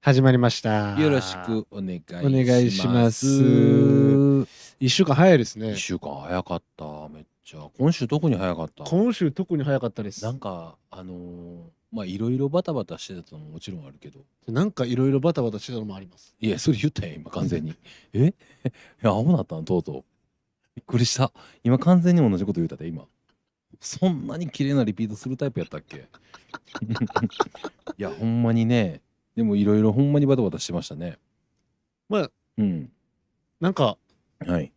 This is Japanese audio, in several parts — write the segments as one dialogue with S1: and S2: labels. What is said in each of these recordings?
S1: 始まりました。
S2: よろしく。お願いします。
S1: お願いします1一週間早いですね
S2: 一。週間早かった、めっちゃ。今週特に早かった。
S1: 今週特に早かったです。
S2: なんか、あのーまあ、いろいろバタバタしてたのももちろんあるけど。
S1: なんかいろいろバタバタしてたのもあります。
S2: いや、それ言ったやん、今 完全に。え いや、青なったん、とうとう。びっくりした。今完全に同じこと言うたで、今。そんなに綺麗なリピートするタイプやったっけ いや、ほんまにね。でもいろいろほんまにバタバタしてましたね。
S1: まあ、
S2: うん。
S1: なんか、
S2: はい。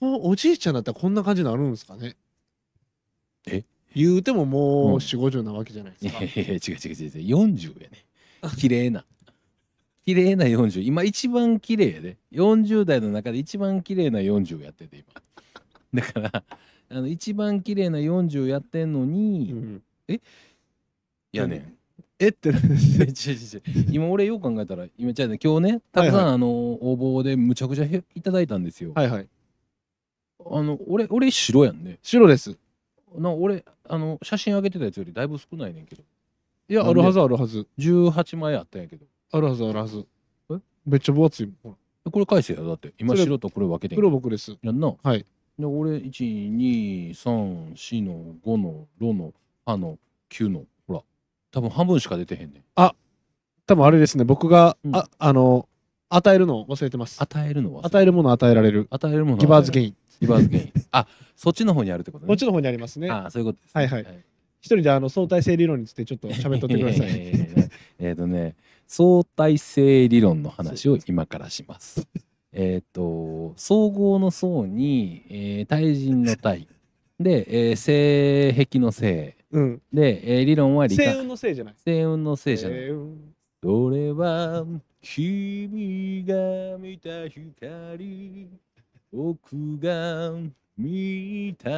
S1: こうおじいちゃんだったらこんな感じになるんですかね。
S2: え
S1: 言うてもも
S2: う
S1: うん四五十なわけじゃないで
S2: いや
S1: す
S2: い
S1: か。
S2: やいや違う違う違う違う40やね綺麗な綺麗な40今一番綺麗やで40代の中で一番綺麗な40やってて今だからあの一番綺麗な40やってんのに、
S1: うん
S2: やねん
S1: えってな
S2: 違う違う違う今俺よう考えたら今じゃね今日ねたくさん、
S1: はいは
S2: あの応募でむちゃくちゃへいただいたんですよ、
S1: はいはい。
S2: あの俺俺白やんね
S1: 白です。い
S2: な俺あの写真上げてたやつよりだいぶ少ないねんけど
S1: や、
S2: な
S1: あ
S2: ん
S1: る
S2: で
S1: はずあるはず。
S2: 18枚あったんやけど
S1: あるはずあるはず
S2: え。
S1: めっちゃ分厚いもんほら。
S2: これ返せよだって今
S1: それ
S2: 白とこれ分けてんけど
S1: 黒僕です。
S2: やんな。
S1: はい。
S2: で、俺、1、2、3、4の、5の、6の、8の、9の、ほら、多分半分しか出てへんねん。
S1: 多分あれですね、僕が、
S2: うん
S1: ああの、与えるのを忘れてます。
S2: 与えるのは
S1: 与えるもの与えられる。
S2: 与えるものは
S1: ギバーズゲ
S2: 与
S1: イン。
S2: えるギバーズゲイン。 あ、そっちの方にあるってことね。
S1: こっちの方にありますね。
S2: あそういうことです、
S1: はいはい一人であの相対性理論についてちょっと喋っとってください。
S2: えー えっとね、相対性理論の話を今からし ます。えっと、総合の層に、えー対人の対。で、えー性癖の性。
S1: うん。
S2: で、えー理論は理科
S1: 星。雲のせいじゃない。
S2: 星雲のせいじゃない。
S1: 星雲
S2: それは君が見た光僕が見た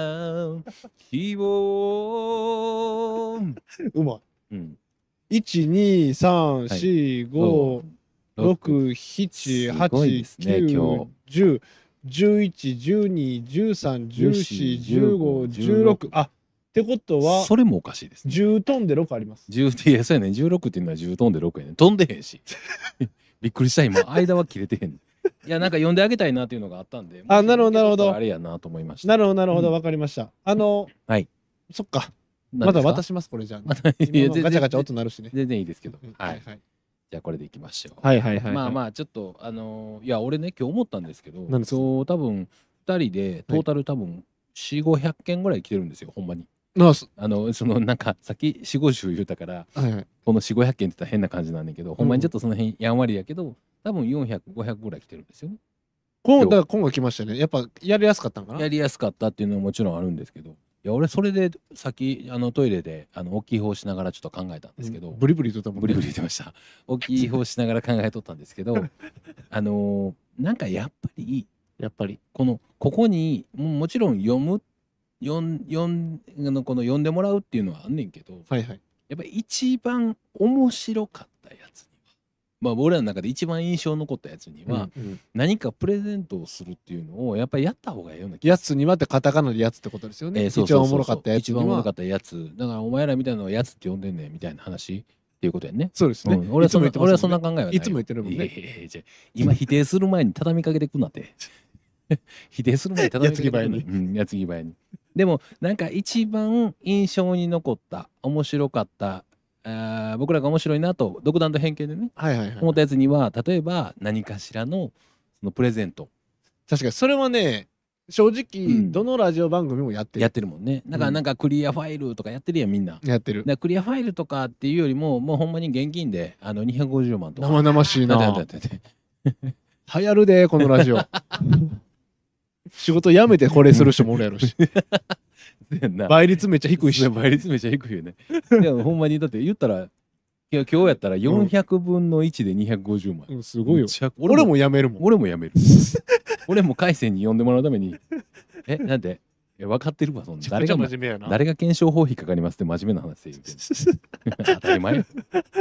S2: 希望
S1: うま
S2: うん
S1: い。1、2、3、
S2: はい
S1: 4、5、6、7、
S2: すごいですね
S1: 8、9、10、11、12、13、14、15、16。あってことは、
S2: それもおかしいですね
S1: 10トンで6あります。
S2: 10いやそうやね16っていうのは10飛んで6やね飛んでへんし びっくりした今間は切れてへんいやなんか呼んであげたいなっていうのがあったんで
S1: あなるほどなるほど
S2: あれやなと思いました
S1: なるほど、なるほど、
S2: うん
S1: わかりました。あの、
S2: はい
S1: そっか。ま
S2: 何で
S1: だ
S2: すか
S1: 渡します、これじゃあ。
S2: い
S1: 今
S2: や
S1: の
S2: 全然
S1: ガチャガチャ音鳴るしね。
S2: 全然いいですけど
S1: うん
S2: はい
S1: はい。
S2: じゃあこれでいきましょう
S1: はいはいはい。
S2: まあまあちょっとあのーいや俺ね今日思ったんですけど
S1: 何ですか
S2: そう多分2人でトータル多分4500件ぐらい来てるんですよほんまに
S1: あ。なあす
S2: あのそ のなんかさっき4 5 0言うたから
S1: はいはい。
S2: この4500件って言ったら変な感じなんだけど、ほんまにちょっとその辺やんわりやけど多分400500ぐらい来てるんですよね
S1: 今だ
S2: 今日
S1: から今後来ましたね。やっぱやりやすかったんかな。
S2: やりやすかったっていうのはもちろんあるんですけどいや俺それでさっきあのトイレであの大きい方しながらちょっと考えたんですけど、
S1: ブリブリとたもんね
S2: ブリブリ言って ました。大きい方しながら考えとったんですけど、あのーなんかやっぱり、
S1: やっぱり。
S2: この、ここに、ももちろん読む、読ん、読ん、あの、この読んでもらうっていうのはあんねんけど、
S1: はいはい。
S2: やっぱり一番面白かったやつには、まあ、俺らの中で一番印象残ったやつには、
S1: うん
S2: 何かプレゼントをするっていうのを、やっぱりやった方がいいような気が
S1: やつにはってカタカナでやつってことですよね。
S2: えーそう
S1: 一
S2: そう
S1: 番
S2: そ
S1: おも
S2: う
S1: ろかったやつ
S2: 一
S1: には。
S2: 番おもろかったやつ。だから、お前らみたいなのをやつって呼んでんねん、みたいな話っていうことやんね。
S1: そうですね。
S2: うん俺はそんない
S1: つも言
S2: 俺は
S1: って
S2: そん
S1: ま
S2: な
S1: す
S2: 考えはない
S1: いつも言ってるもんね
S2: いやいやいやじゃあ今否定する前に畳みかけてくなって否定する前に畳みかけてくな
S1: 矢継ぎ
S2: うん矢継ぎ早にでもなんか一番印象に残った面白かったあー僕らが面白いなと独断と偏見でね
S1: はいはいはい。
S2: 思ったやつには例えば何かしらのそのプレゼント
S1: 確かにそれはね、正直、
S2: うん
S1: どのラジオ番組もやってる。
S2: やってるもんねだからなんかクリアファイルとかやってるやんみんなだか
S1: やってる。
S2: らクリアファイルとかっていうよりももうほんまに現金であの250万とか
S1: 生々しいな。
S2: なんてな
S1: 流
S2: んてなんて
S1: 行るで、このラジ オ。仕事辞めてこれする人もおるや ろし。
S2: なんて な
S1: 倍率めっちゃ低いし
S2: そう。倍率めちゃ低いよね。でもほんまにだって言ったらいや今日やったら400分の1で250万。
S1: うん、すごいよ
S2: め。ちゃ俺
S1: 俺
S2: も
S1: も辞めるもん。
S2: 俺もやめる。俺も海鮮に呼んでもらうためにえなんでいや分かってるわそん
S1: め
S2: な
S1: ちゃ
S2: 誰
S1: くちゃ
S2: が
S1: 真面目やな。
S2: 誰が検証法引っかかりますって真面目な話で言うてんの当た り前よ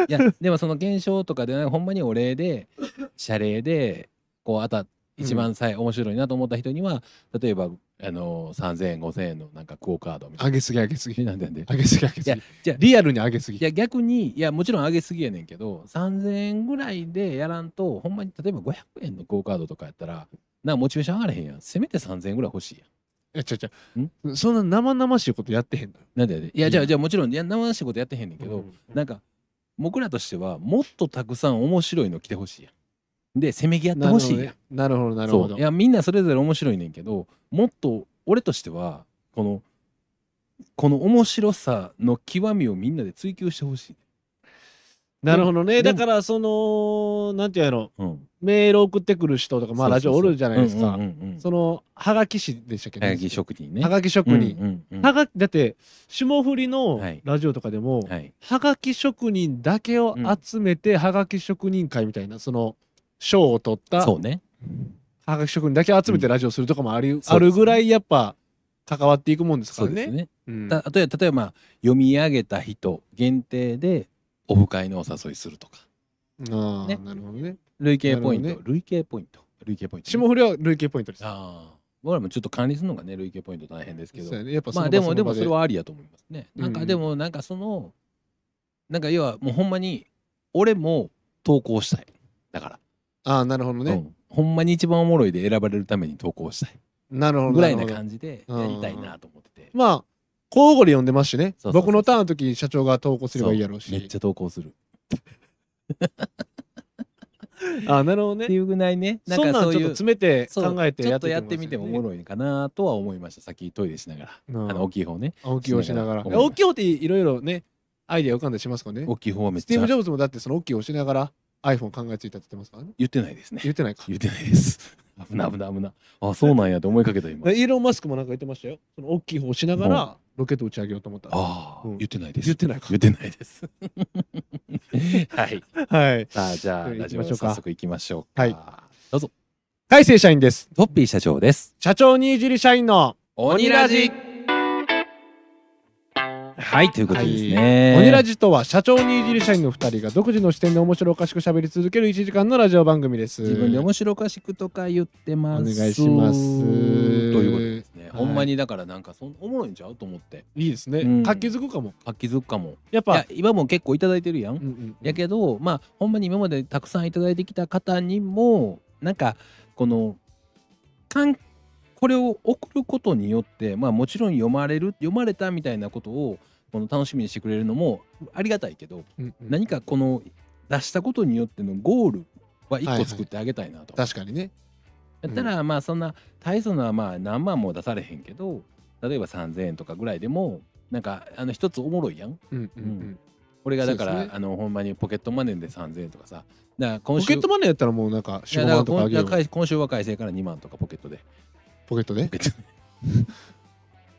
S2: いやでもその検証とかでほんまにお礼で謝礼でこうあた一番さえ面白いなと思った人には例えば、あの3,000円5,000円のなんかクオ・カードみたい
S1: 上げすぎ上げすぎ
S2: な。なんでなんで
S1: 上げすぎ上げす
S2: いや
S1: ぎ
S2: じゃあ
S1: リアルに上げすぎ
S2: いや逆にいやもちろん上げすぎやねんけど3,000円ぐらいでやらんとほんまに例えば500円の GO カードとかやったらなんかモチベーション上がれへんやんせめて3,000円ぐらい欲しいやん。
S1: えちゃちゃそんな生々しいことやってへんのよ
S2: なんでやでいやじゃあじゃあもちろんいや生々しいことやってへんねんけど、
S1: うん
S2: なんか僕らとしてはもっとたくさん面白いの来てほしいやん。でせめぎ合ってほしいやん。
S1: なるほどねなる
S2: そ
S1: ほ
S2: う
S1: どな
S2: い
S1: る
S2: やみんなそれぞれ面白いねんけどもっと俺としてはこのこの面白さの極みをみんなで追求してほしい、
S1: ほどね
S2: で
S1: だ
S2: も
S1: からそのなんていうの
S2: うん、
S1: メール送ってくる人とかまあ
S2: そ
S1: ラ
S2: う
S1: ジ
S2: そう
S1: オ
S2: そう
S1: おるじゃないです
S2: う
S1: か
S2: んうんうんうん
S1: そのはがき師でしたっけ
S2: はがき職人ね。
S1: はがき職人
S2: うんうんうん
S1: はがだって霜降りの
S2: はい
S1: ラジオとかでも、
S2: はい。
S1: はがき職人だけを集めて、はがき職人会みたいなその賞を取った
S2: そうね。
S1: はがき職人だけ集めてラジオするとかもあり、
S2: すね
S1: あるぐらいやっぱ関わっていくもんですか
S2: そう
S1: ら
S2: です
S1: ね。
S2: ね。
S1: うん
S2: た例えば例えば読み上げた人限定でオフ会のお誘いするとか。
S1: ああ、
S2: ね
S1: なるほどね。
S2: 累計ポイン
S1: なる
S2: ト。
S1: ほ
S2: 累計ポイント。累計ポイントね。
S1: 霜降りは累計ポイントです。
S2: ああ。僕らもちょっと管理するのがね累計ポイント大変ですけど
S1: そう。やねやっぱそ
S2: ま
S1: の
S2: あ
S1: 場
S2: でもでも
S1: の場
S2: それはありやと思いますね。なん
S1: う
S2: か
S1: ん
S2: でもなんかそのなんか要はもうほんまに俺も投稿したい。だから。
S1: ああなるほど
S2: う
S1: ね。
S2: んほんまに一番おもろいで選ばれるために投稿したい
S1: なるほど
S2: ぐらいな
S1: るほど
S2: 感じでやりたいなと思ってて。
S1: まあ交互で読んでますしね
S2: そうそうそう
S1: 僕のターンの時社長が投稿すればいいやろう
S2: めっ
S1: し
S2: ちゃ投稿する。
S1: ああなるほど
S2: って
S1: ね
S2: いうぐらいね、なん
S1: そん
S2: か
S1: なん
S2: そう
S1: ちょっ
S2: い
S1: と
S2: う。
S1: 詰めて
S2: そう
S1: 考えて
S2: ちょ
S1: や
S2: っ
S1: って
S2: とやってみてもおも
S1: ろい
S2: ろいかなとは思いました。さっきトイレしながら。
S1: うん
S2: あの大きい方ね。
S1: 大きいをしながら
S2: しながら
S1: 大きい方っていろいろねアイデア浮かんだりしますからね
S2: 大きい方はめっ
S1: スティ
S2: ち
S1: ーブ・
S2: ゃ
S1: ジョブズもだってその大きいをしながら iPhone 考えついたって言ってますからね
S2: 言ってないですね。
S1: 言ってないか
S2: 言ってないです。危な危な危な。あ、そうなんやと思いかけた今。
S1: イーロン・マスクもなんか言ってましたよその大きい方をしなが
S2: う
S1: らロケット打ち上げようと思ったって
S2: ああ
S1: うん、
S2: 言ってないです。
S1: 言ってないか
S2: 言ってな いです。はい。
S1: はい
S2: さあ、じゃあ、
S1: 行
S2: ラ
S1: き
S2: ジオ
S1: ましょうか
S2: 早速行きましょうか。
S1: はい
S2: どうぞ。
S1: はい正社員です
S2: トッピー社長です。
S1: 社長にいじり社員の
S2: 鬼
S1: ラジ
S2: はい、ということですね。
S1: オニラジとは社長にいじる社員の2人が独自の視点で面白おかしく喋り続ける1時間のラジオ番組です。
S2: 自分で面白おかしくとか言ってます。
S1: お願いします
S2: ということですね。
S1: はい
S2: ほんまにだからなんかそんおもろいんちゃうと思って
S1: いいですね。
S2: うん
S1: 活気づくかも。
S2: 活気づくかも。
S1: やっ
S2: い
S1: ぱ、
S2: や今も結構いただいてるやん。
S1: うんうん
S2: やけどまあほんまに今までたくさんいただいてきた方にもなんかこのかんこれを送ることによってまあもちろん読まれる読まれたみたいなことをこの楽しみにしてくれるのもありがたいけど
S1: うんうん
S2: 何かこの出したことによってのゴールは一個作ってあげたいなと。
S1: 確かにね。
S2: やったらまあそんな大層なまあ何万も出されへんけど例えば3,000円とかぐらいでもなんかあの一つおもろいやん
S1: うんうんう、
S2: うん俺がだから、
S1: そうですね
S2: あのほんまにポケットマネーで3,000円とかさだから
S1: ポ
S2: 今週
S1: ケットマネーやったらもうなんか
S2: いや
S1: 4、5万
S2: だか
S1: とからあげよう
S2: 今。今週は改正から2万とかポケットで
S1: ポケットで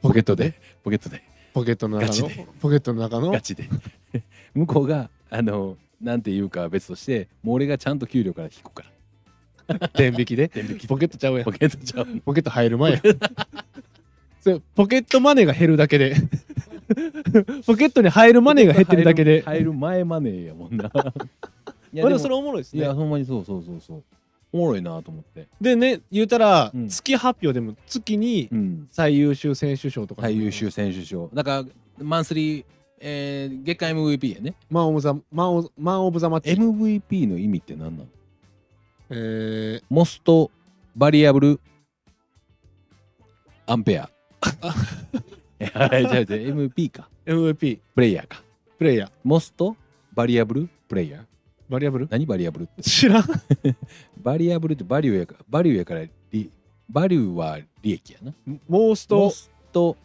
S2: ポケットで
S1: ポケットで
S2: ポケットで
S1: ポケットの中の
S2: ガチで
S1: ポケットの中の
S2: ガチで 向こうがあのなんていうかは別としてもう俺がちゃんと給料から引くから
S1: 天引きで
S2: 電引き
S1: ポケットちゃうやん
S2: ポ。ケットちゃう
S1: ポケット入る前や。それポケットマネーが減るだけで ポケットに入るマネーが減ってるだけで。
S2: 入る前マネーやも んない
S1: ま
S2: や
S1: あ
S2: で
S1: で
S2: も
S1: もそれおもろいです
S2: い
S1: ね。
S2: やほんまにそうそうそうそうおもろいなと思って
S1: でね言うたら、
S2: うん
S1: 月発表でも月に
S2: うん
S1: 最優秀選手賞とか
S2: 最優秀選手賞だからマンスリー、えー、月間 MVP やね
S1: マン・オブ・ザ・マン・オブ・マンオブザマッチ、
S2: MVP の意味って何なの
S1: え
S2: モストバリアブルアンペアいやじゃあじゃあ MP か
S1: ー、MVP
S2: プレイヤーか
S1: プレイヤー
S2: モストバリアブルプレイヤー
S1: バリアブル
S2: 何バリアブルって
S1: 知らん
S2: バリアブルってバリューやからバリューやからリバリューは利益やな
S1: モース
S2: モ
S1: ト
S2: スト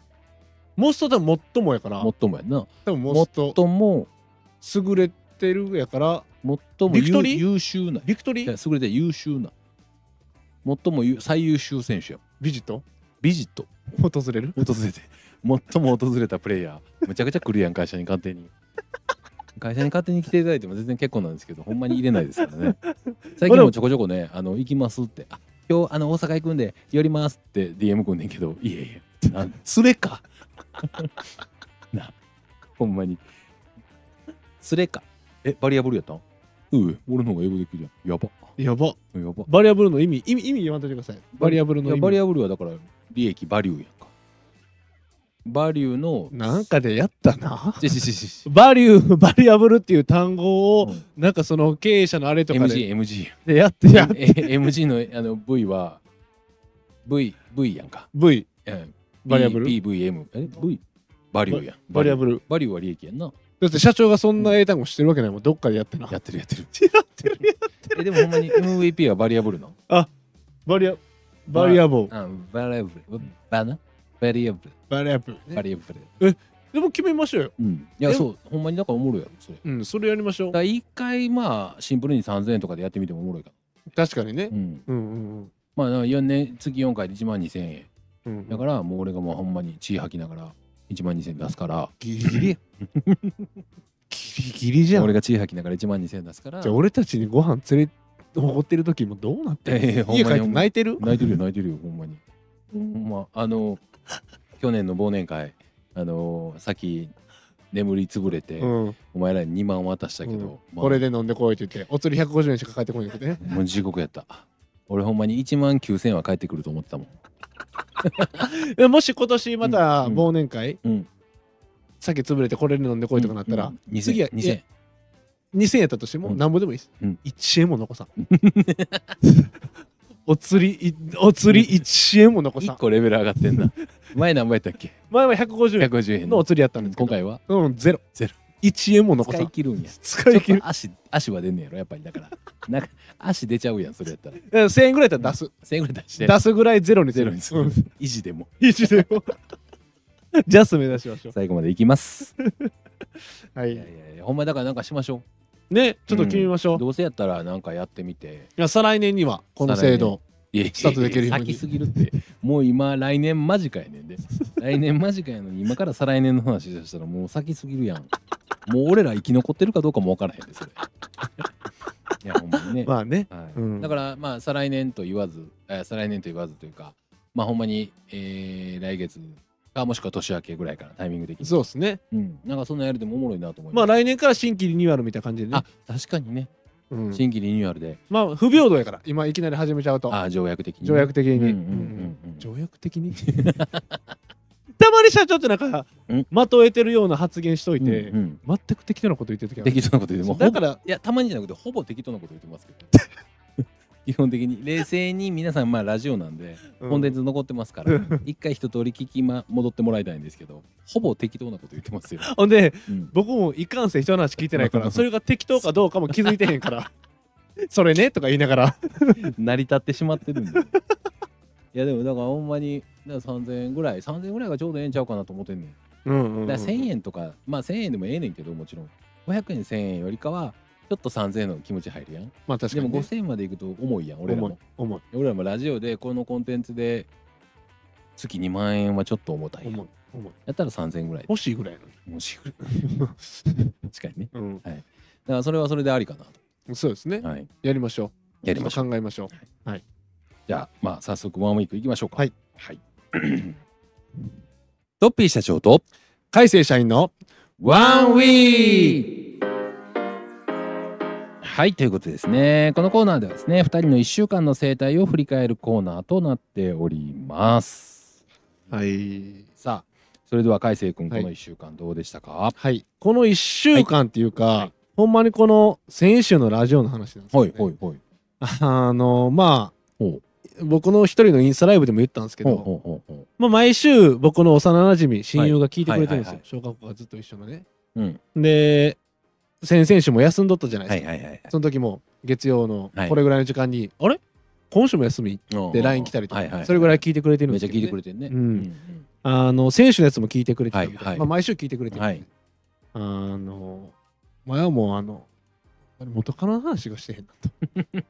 S1: モースト多分最もやから
S2: 最もやな
S1: 多分モース
S2: 最
S1: ト
S2: も
S1: 優れてるやから
S2: 最も
S1: ビクトリ
S2: 優
S1: ー
S2: 優秀な
S1: ビクトリ
S2: いや
S1: ー
S2: 優れて優秀な最も優最優秀選手や
S1: ビジット
S2: ビジット
S1: 訪れる
S2: 訪れて最も訪れたプレイヤーむちゃくちゃ来るやん会社に勝手に会社に勝手に来ていただいても全然結構なんですけどほんまに入れないですからね最近もちょこちょこねあの行きますってあ今日あの大阪行くんで寄りますって DM 来んねんけどいやいやなん連れか なほんまに連れかえバリアブルやったんうえ俺の方が英語できるやん。やば。
S1: やば。
S2: やば。
S1: バリアブルの意味、意味、意味言わんといてください。バリアブルの意
S2: いや
S1: 味。
S2: バリアブルはだから、利益、バリューやんか。バリューの、
S1: なんかでやったな。
S2: ちちちちち
S1: バリュー、バリアブルっていう単語を、
S2: うん
S1: なんかその経営者のあれとかで
S2: MG、MG。
S1: でやって やっ
S2: MG のあの V は、V、V やんか。
S1: V、
S2: うん
S1: バリアブル
S2: B、V、M。え ?V? バリューやん。
S1: バリアブ
S2: ル。
S1: ル。
S2: バリューは利益やんな。
S1: だって社長がそんな英単語してるわけないもん、どっかでやってな。
S2: やってるやってる。
S1: やってるやん
S2: え、でもほんまに MVP はバリアブルなの
S1: バリア、バリアブル。
S2: うん、バリアブル。バナバリアブ
S1: バリアブル。
S2: ル。バリアブル。
S1: でも決めましょうよ。
S2: うん。いや、
S1: でも
S2: そう。ほんまにだからおもろいやろ、それ。
S1: うん、それやりましょう
S2: だか。ら一回まあシンプルに3000円とかでやってみてもおもろいか
S1: 確かにね
S2: ら、。うん、
S1: うんうん
S2: まあ4年月4回で1万2000円
S1: うんうん。
S2: だからもう俺がもうほんまに血吐きながら1万2000円出すから
S1: ギリギリや。 ギリギリじゃん。
S2: 俺が血吐きながら1万2000円出すから
S1: じゃあ俺たちにご飯連れ、おごってる時もどうなって
S2: え え
S1: る
S2: ほんまに
S1: 家帰って
S2: ほんま
S1: 泣いてる
S2: 泣いてるよ泣いてるよほんまにほんまあの去年の忘年会あのさっき眠りつぶれて、
S1: うん。
S2: お前らに2万渡したけど、
S1: うん
S2: まあ
S1: これで飲んでこいって言って、お釣り150円しか返ってこないけどね。
S2: もう地獄やった俺ほんまに1万9000円は返ってくると思ってたもん
S1: えもし今年また
S2: うん
S1: 忘年会、
S2: うん
S1: さっき潰れてこれで飲んでこいとかなったら、
S2: うんうん2000
S1: 次は
S2: 2000
S1: 2000円やったとしても
S2: うん
S1: なんぼでもいいです、
S2: うん
S1: 1円も残 さんお釣りいお釣り1円も残さ
S2: 1
S1: ん
S2: 個レベル上がってん な前何倍やったっけ
S1: 前は150円
S2: 150円
S1: のお釣りやったんですけ
S2: 今
S1: ど
S2: 回は
S1: うんゼロ
S2: ゼロ
S1: 1円も残
S2: 使
S1: さ
S2: い
S1: ん
S2: 切るんや
S1: 使い切
S2: ちょっ
S1: る
S2: と足足は出んねやろやっぱりだからなんか足出ちゃうやんそれやったら
S1: うん1000円ぐらいやったら出す
S2: 1000円ぐらい出して
S1: 出すぐらいゼロにす
S2: ゼ
S1: る
S2: ロにする
S1: うん
S2: 維持でも
S1: 一ゼ ロジャス目指しましょ
S2: 最後までいきます
S1: うはい
S2: いやいやいやほんまだからなんかしましょ
S1: ねちょっと決めましょう、
S2: う
S1: い
S2: どうせやったらなんかやってみて
S1: や再来年にはこの制度
S2: ス
S1: タートできるように
S2: 先すぎるってもう今来年間近やねんで来年間近やのに今から再来年の話したらもう先すぎるやんもう俺ら生き残ってるかどうかもわからへんでそれいやほんまにね
S1: まあね
S2: はい
S1: うん
S2: だからまあ再来年と言わず、えー再来年と言わずというかまあほんまに、えー来月かもしくは年明けぐらいからタイミング的に
S1: そうですね
S2: うん、なんかそんなやるでもおもろいなと思い
S1: ま
S2: ま
S1: あ
S2: す、
S1: 来年から新規リニューアルみたいな感じでね
S2: あ確かにね、
S1: うん
S2: 新規リニューアルで
S1: まあ不平等やから今いきなり始めちゃうと
S2: あー条約的にね
S1: 条約的に、
S2: うんうんうんうん
S1: 条約的 にたまに社長ってなんか
S2: うん
S1: まとえてるような発言しといて、
S2: うんうん
S1: 全く適当なこと言ってる時ある
S2: 適当なこと言ってもう
S1: だから
S2: いやたまにじゃなくてほぼ適当なこと言ってますけど 基本的に冷静に皆さんまあラジオなんで、
S1: うん
S2: コンテンツ残ってますから一回一通り聞き、ま、戻ってもらいたいんですけどほぼ適当なこと言ってますよ、
S1: ほんで
S2: うん
S1: 僕もいかんせん人の話聞いてないからそれが適当かどうかも気づいてへんから それねとか言いながら
S2: 成り立ってしまってるんで いやでもだからほんまにだから3000円ぐらい3000円ぐらいがちょうどええんちゃうかなと思ってんねん
S1: うんうん
S2: だから1000円とかまあ1000円でもええねんけどもちろん500円1000円よりかはちょっと3000円の気持ち入るやん、
S1: まあ確
S2: で
S1: か
S2: も
S1: に、ね、
S2: 5000円までいくと重いやん俺ら
S1: 重い
S2: も
S1: 重い
S2: 俺らもラジオでこのコンテンツで月2万円はちょっと重たいやん
S1: 重い重い
S2: やったら3000円ぐらい
S1: 欲しいぐらい
S2: もうしぐ
S1: の
S2: 近いね
S1: うん
S2: だからそれはそれでありかな
S1: そうですね
S2: とはい
S1: やりましょう
S2: やりましょう
S1: ちょっと考えましょう
S2: じゃあまあ早速ワンウィークいきましょうか
S1: はい、
S2: はい、 トッピー社長と
S1: 改正社員の
S2: ワンウィーはいということでですねこのコーナーではですね2人の1週間の生態を振り返るコーナーとなっております
S1: はい
S2: さあそれでは海星君こ
S1: はい
S2: の1週間どうでしたか、
S1: はい、この1週間っていうか、
S2: はい
S1: ほんまにこの先週のラジオの話なんですけど
S2: はい
S1: ね、
S2: はいはい
S1: あのまあ
S2: ほう
S1: 僕の一人のインスタライブでも言ったんですけ
S2: ほう
S1: ど、
S2: ほうほうほ
S1: まあ、毎週僕の幼なじみ親友が聞いてくれてるんですよ、
S2: はい
S1: 小学校がずっと一緒のね
S2: ううん
S1: で先々週も休んどったじゃないですか、
S2: はいはい
S1: その時も月曜の
S2: はい
S1: これぐらいの時間に、あれ今週も休み
S2: はい
S1: で LINE 来たりとか、
S2: はいはい、
S1: それぐらい聞いてくれてるん
S2: め
S1: で
S2: っち
S1: すけ
S2: ゃ聞
S1: ど、
S2: いて
S1: ね
S2: く、れてるね、
S1: うんあの選手のやつも聞いてくれてたみたいな
S2: はいはい
S1: まあ、毎週聞いてくれて
S2: うん
S1: る、
S2: はい
S1: あの前はもうあの元カノの話がしてへん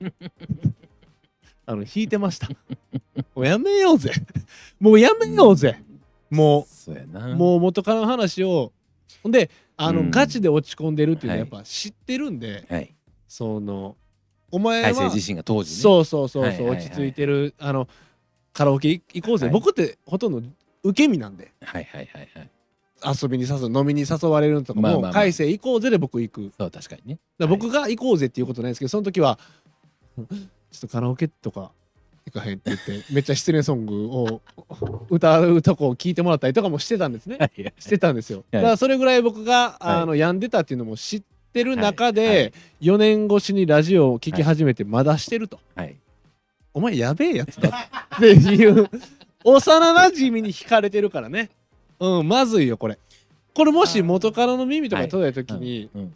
S1: なと あの引いてましたもうやめようぜもうやめようぜ、も
S2: そうや
S1: う
S2: な
S1: もう元カノの話をほんであの、
S2: うん
S1: ガチで落ち込んでるっていうのはや
S2: は
S1: っ
S2: い
S1: ぱ知ってるんで、
S2: はい
S1: そのお前
S2: 海
S1: は
S2: 星自身が当時ね
S1: そうそうそうそう、
S2: はいはいはい
S1: 落ち着いてるあのカラオケ行こうぜ、
S2: はい
S1: 僕ってほとんど受け身なんで
S2: はいはいはいはい
S1: 遊びに誘う飲みに誘われるのとか
S2: まあまあ
S1: も
S2: まあ
S1: 海星行こうぜで僕行く
S2: そう確かにね
S1: だから僕が行こうぜっていうことないですけどその時は 「ちょっとカラオケとか行かへん」って言って めっちゃ失恋ソングを歌うとこを聞いてもらったりとかもしてたんですね
S2: はいはい
S1: してたんですよ
S2: は
S1: だ
S2: い
S1: からそれぐらい僕が
S2: はい
S1: あの病んでたっていうのも知ってる中
S2: はいはい
S1: で4年越しにラジオを聴き始めてまだしてると
S2: はい
S1: 「お前やべえやつだ」 っていう幼なじみに惹かれてるからねうんまずいよこれこれもし元カノの耳とか届いた時に
S2: うん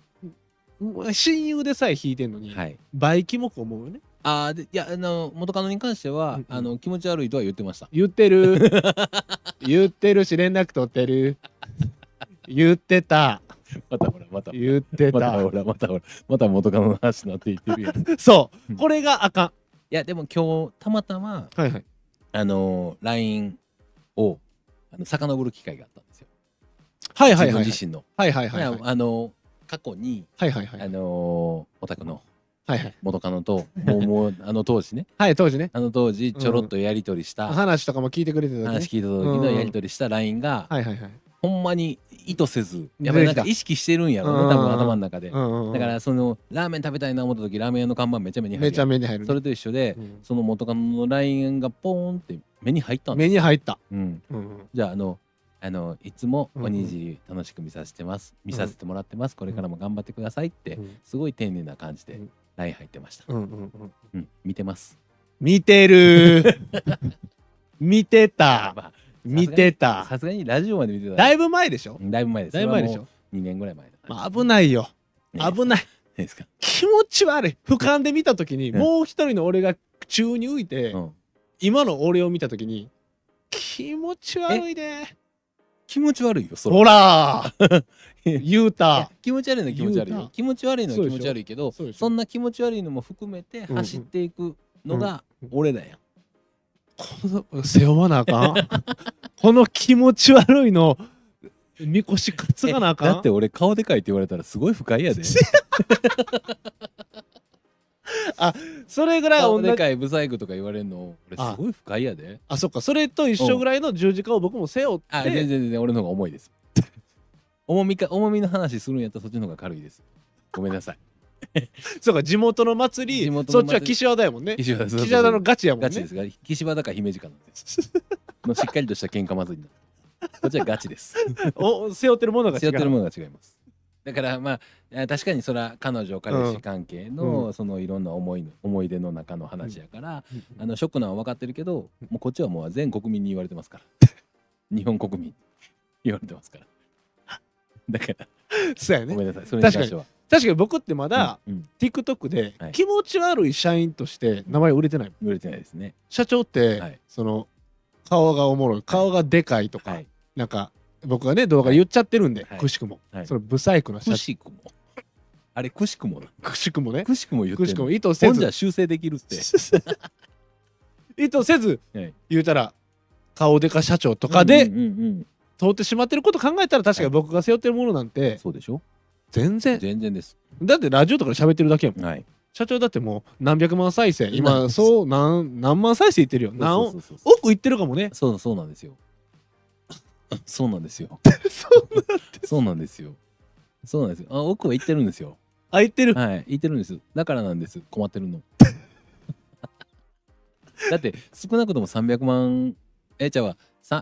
S1: もう親友でさえ弾いてんのに、
S2: はい
S1: 倍キモく思うよね
S2: あーでいやあの元カノに関しては、
S1: うんうん
S2: あの気持ち悪いとは言ってました
S1: 言って る言ってるし連絡取ってる言ってた
S2: またほらまた
S1: 言って
S2: また
S1: た
S2: ほらまたほらまた元カノの話になって言ってるやんい
S1: そう
S2: うん
S1: これがあか
S2: やでも今日たまたま
S1: んはいはい
S2: あの LINE をあの遡る機会があったんですよ
S1: はいはいはい
S2: 自分自身の、
S1: はいはいはいはい
S2: いやあの過去に、
S1: はいはいはい
S2: あのお宅の
S1: はいはい
S2: 元カノともうも うあの当時ね
S1: はい当時ね
S2: あの当時ちょろっとやり取りした、
S1: 話とかも聞いてくれてた
S2: 話
S1: 時ね
S2: 聞いた時のやり取りした LINE が、
S1: はいはいはい
S2: ほんまに意図せずやっぱりなん
S1: 出て
S2: か
S1: きた
S2: 意識してるんやろうね、
S1: うん
S2: 多分頭の中で、
S1: うんうんうん
S2: だからそのラーメン食べたいな思った時ラーメン屋の看板めちゃめちゃ
S1: めちゃ目に入る
S2: そ
S1: ね
S2: れと一緒で、
S1: うん
S2: その元カノの LINE がポーンって目に入ったんで
S1: 目に入った
S2: す、うん、
S1: うん
S2: じゃああのあのいつもおにじり楽しく見させてます、見させてもらってますこれからも頑張ってくださいって
S1: うん
S2: すごい丁寧な感じ
S1: う
S2: で
S1: ん
S2: LINE 入ってました、
S1: うんうんうん
S2: うん、見てます
S1: 見てる見てた
S2: まあ
S1: 見てた
S2: さすがにラジオまで見てた
S1: だい
S2: ぶ
S1: ぶ前でしょ
S2: だいぶ前です
S1: だいぶ前でしょ
S2: 2年ぐらい前
S1: まあ、危ないよ
S2: ね
S1: 危ない
S2: いですか、
S1: 気持ち悪い俯瞰で見た時に
S2: うん
S1: もう一人の俺が宙に浮いて、
S2: うん、
S1: 今の俺を見た時に気持ち悪いね
S2: 気持ち悪いよそれ
S1: ほら 言う
S2: いや
S1: た
S2: 気持ち悪いのは気持ち悪い
S1: 言う
S2: よ
S1: た
S2: 気持ち悪いのは
S1: そうで
S2: 気
S1: しょ
S2: 持ち悪いけど
S1: そうでしょ
S2: そんな気持ち悪いのも含めて
S1: うん
S2: 走っていくのが
S1: うん
S2: 俺だよ、
S1: この 背負わなあかん この気持ち悪いのみこし担がなあかん
S2: だって俺顔でかいって言われたらすごい不快 やで
S1: それぐらい
S2: 顔
S1: 同
S2: で
S1: じ
S2: かいブサイクとか言われるの俺すごい不快やで
S1: あそっかそれと一緒ぐらいの十字架を僕も背負っ
S2: あ全然
S1: て
S2: 全然俺の方が重いです重みか重みの話するんやったらそっちの方が軽いですごめん なさい
S1: そうか地元の祭
S2: 地
S1: り
S2: 元
S1: そ
S2: の祭
S1: っ
S2: り
S1: ちは岸和田やもんね
S2: 岸和田そうそう
S1: 岸和田のガチやもんね
S2: ガチですが岸和田か姫路かなんですのしっかりとした喧嘩まずいなこっちはガチです
S1: お背負ってるものが違う
S2: 背負ってるものが違いますだからまあえー確かにそれは彼女彼氏関係の、
S1: う
S2: そのいろんな思いの思い出の中の話やから、
S1: うん
S2: あのショックなのは分かってるけどもうこっちはもう全国民に言われてますから 日本国民に言われてますからだから
S1: そうや
S2: ご
S1: ね
S2: めんなさいそれに関しては
S1: 確かに僕ってまだ
S2: うん
S1: TikTok で
S2: はい
S1: 気持ち悪い社員として名前売れてない
S2: うん売れてないですね
S1: 社長って、
S2: はい
S1: その顔がおもろい顔がでかいとか、
S2: はい
S1: なんか僕がね動画で言っちゃってるんで、
S2: はい
S1: くしくも、
S2: はい
S1: その不細工な社
S2: く
S1: 長
S2: しくもあれくしくもな
S1: くしくもね
S2: くしくも言って
S1: く
S2: ん
S1: しく
S2: の
S1: も意図
S2: ほ
S1: せ
S2: んじ
S1: ず
S2: ゃ修正できるって
S1: 意図せず
S2: はい
S1: 言うたら顔でか社長とかで
S2: うんうんうん
S1: 通ってしまってること考えたら確かに僕が背負ってるものなん
S2: うん
S1: て
S2: そうでしょ
S1: 全然
S2: 全然です
S1: だってラジオとかで喋ってるだけやもん
S2: はい
S1: 社長だってもう何百万再生
S2: う
S1: 今
S2: ん
S1: そう何何万再生いってるよ何
S2: そう
S1: 億
S2: そうそうそう
S1: 奥いってるかも ね
S2: そうそうなんですよ。 そうなんですよ。
S1: そう
S2: そうなんですよ。そうなんですよ。あ奥は行ってるんですよ。
S1: あいってる
S2: はい、行ってるんです。だからなんです。困ってるの。 だって少なくとも300万えじゃあ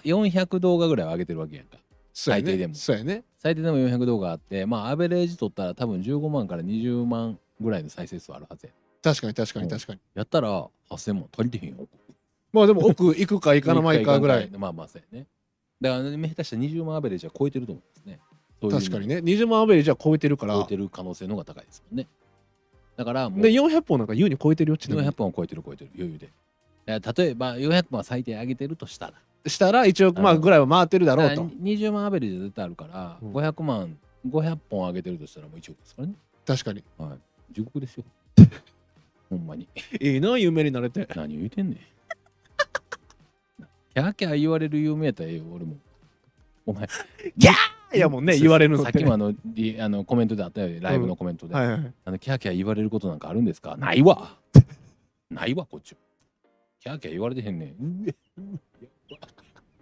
S2: 400動画ぐらいは上げてるわけやんか。
S1: そうや
S2: 最低
S1: ね
S2: でも
S1: そうやね
S2: 最低でも400動画あって、まあアベレージ取ったら多分15万から20万ぐらいの再生数あるはずや。
S1: 確かに確かに確かに
S2: やったら8000万足りてへんよ。
S1: まあでも奥行くか行かないかぐらい。
S2: まあまあそうやね。だからね下手したら20万アベレージは超えてると思うんですね。そういう意味
S1: 確か
S2: で
S1: にね20万アベレージは超えてるか
S2: 超え
S1: ら
S2: てる可能性の方が高いですもんね。だからもう
S1: で400本なんか優に超えてるよちなみ
S2: 400
S1: に
S2: 本を超えてる超えてる余裕で。だから例えば400本は最低上げてるとしたら
S1: したら1億万ぐらいは回ってるだろう
S2: だ
S1: と
S2: から20万アベレージは絶対あるから、
S1: うん
S2: 500万500本上げてるとしたらもう1億ですからね。
S1: 確かに
S2: 地獄ですよ。 ほんまに。
S1: いいな夢になれて
S2: 何を言うてんねん。 キャーキャー言われる夢やったらええよ俺も。お前。
S1: キャーやもんね言われるの
S2: さ
S1: っ
S2: っ てきもあのリあのコメントであったよねライブのコメントで。
S1: はいはい
S2: あのキャーキャー言われることなんかあるんですかないわないわこっちはキャーキャー言われてへんねんうえうえやば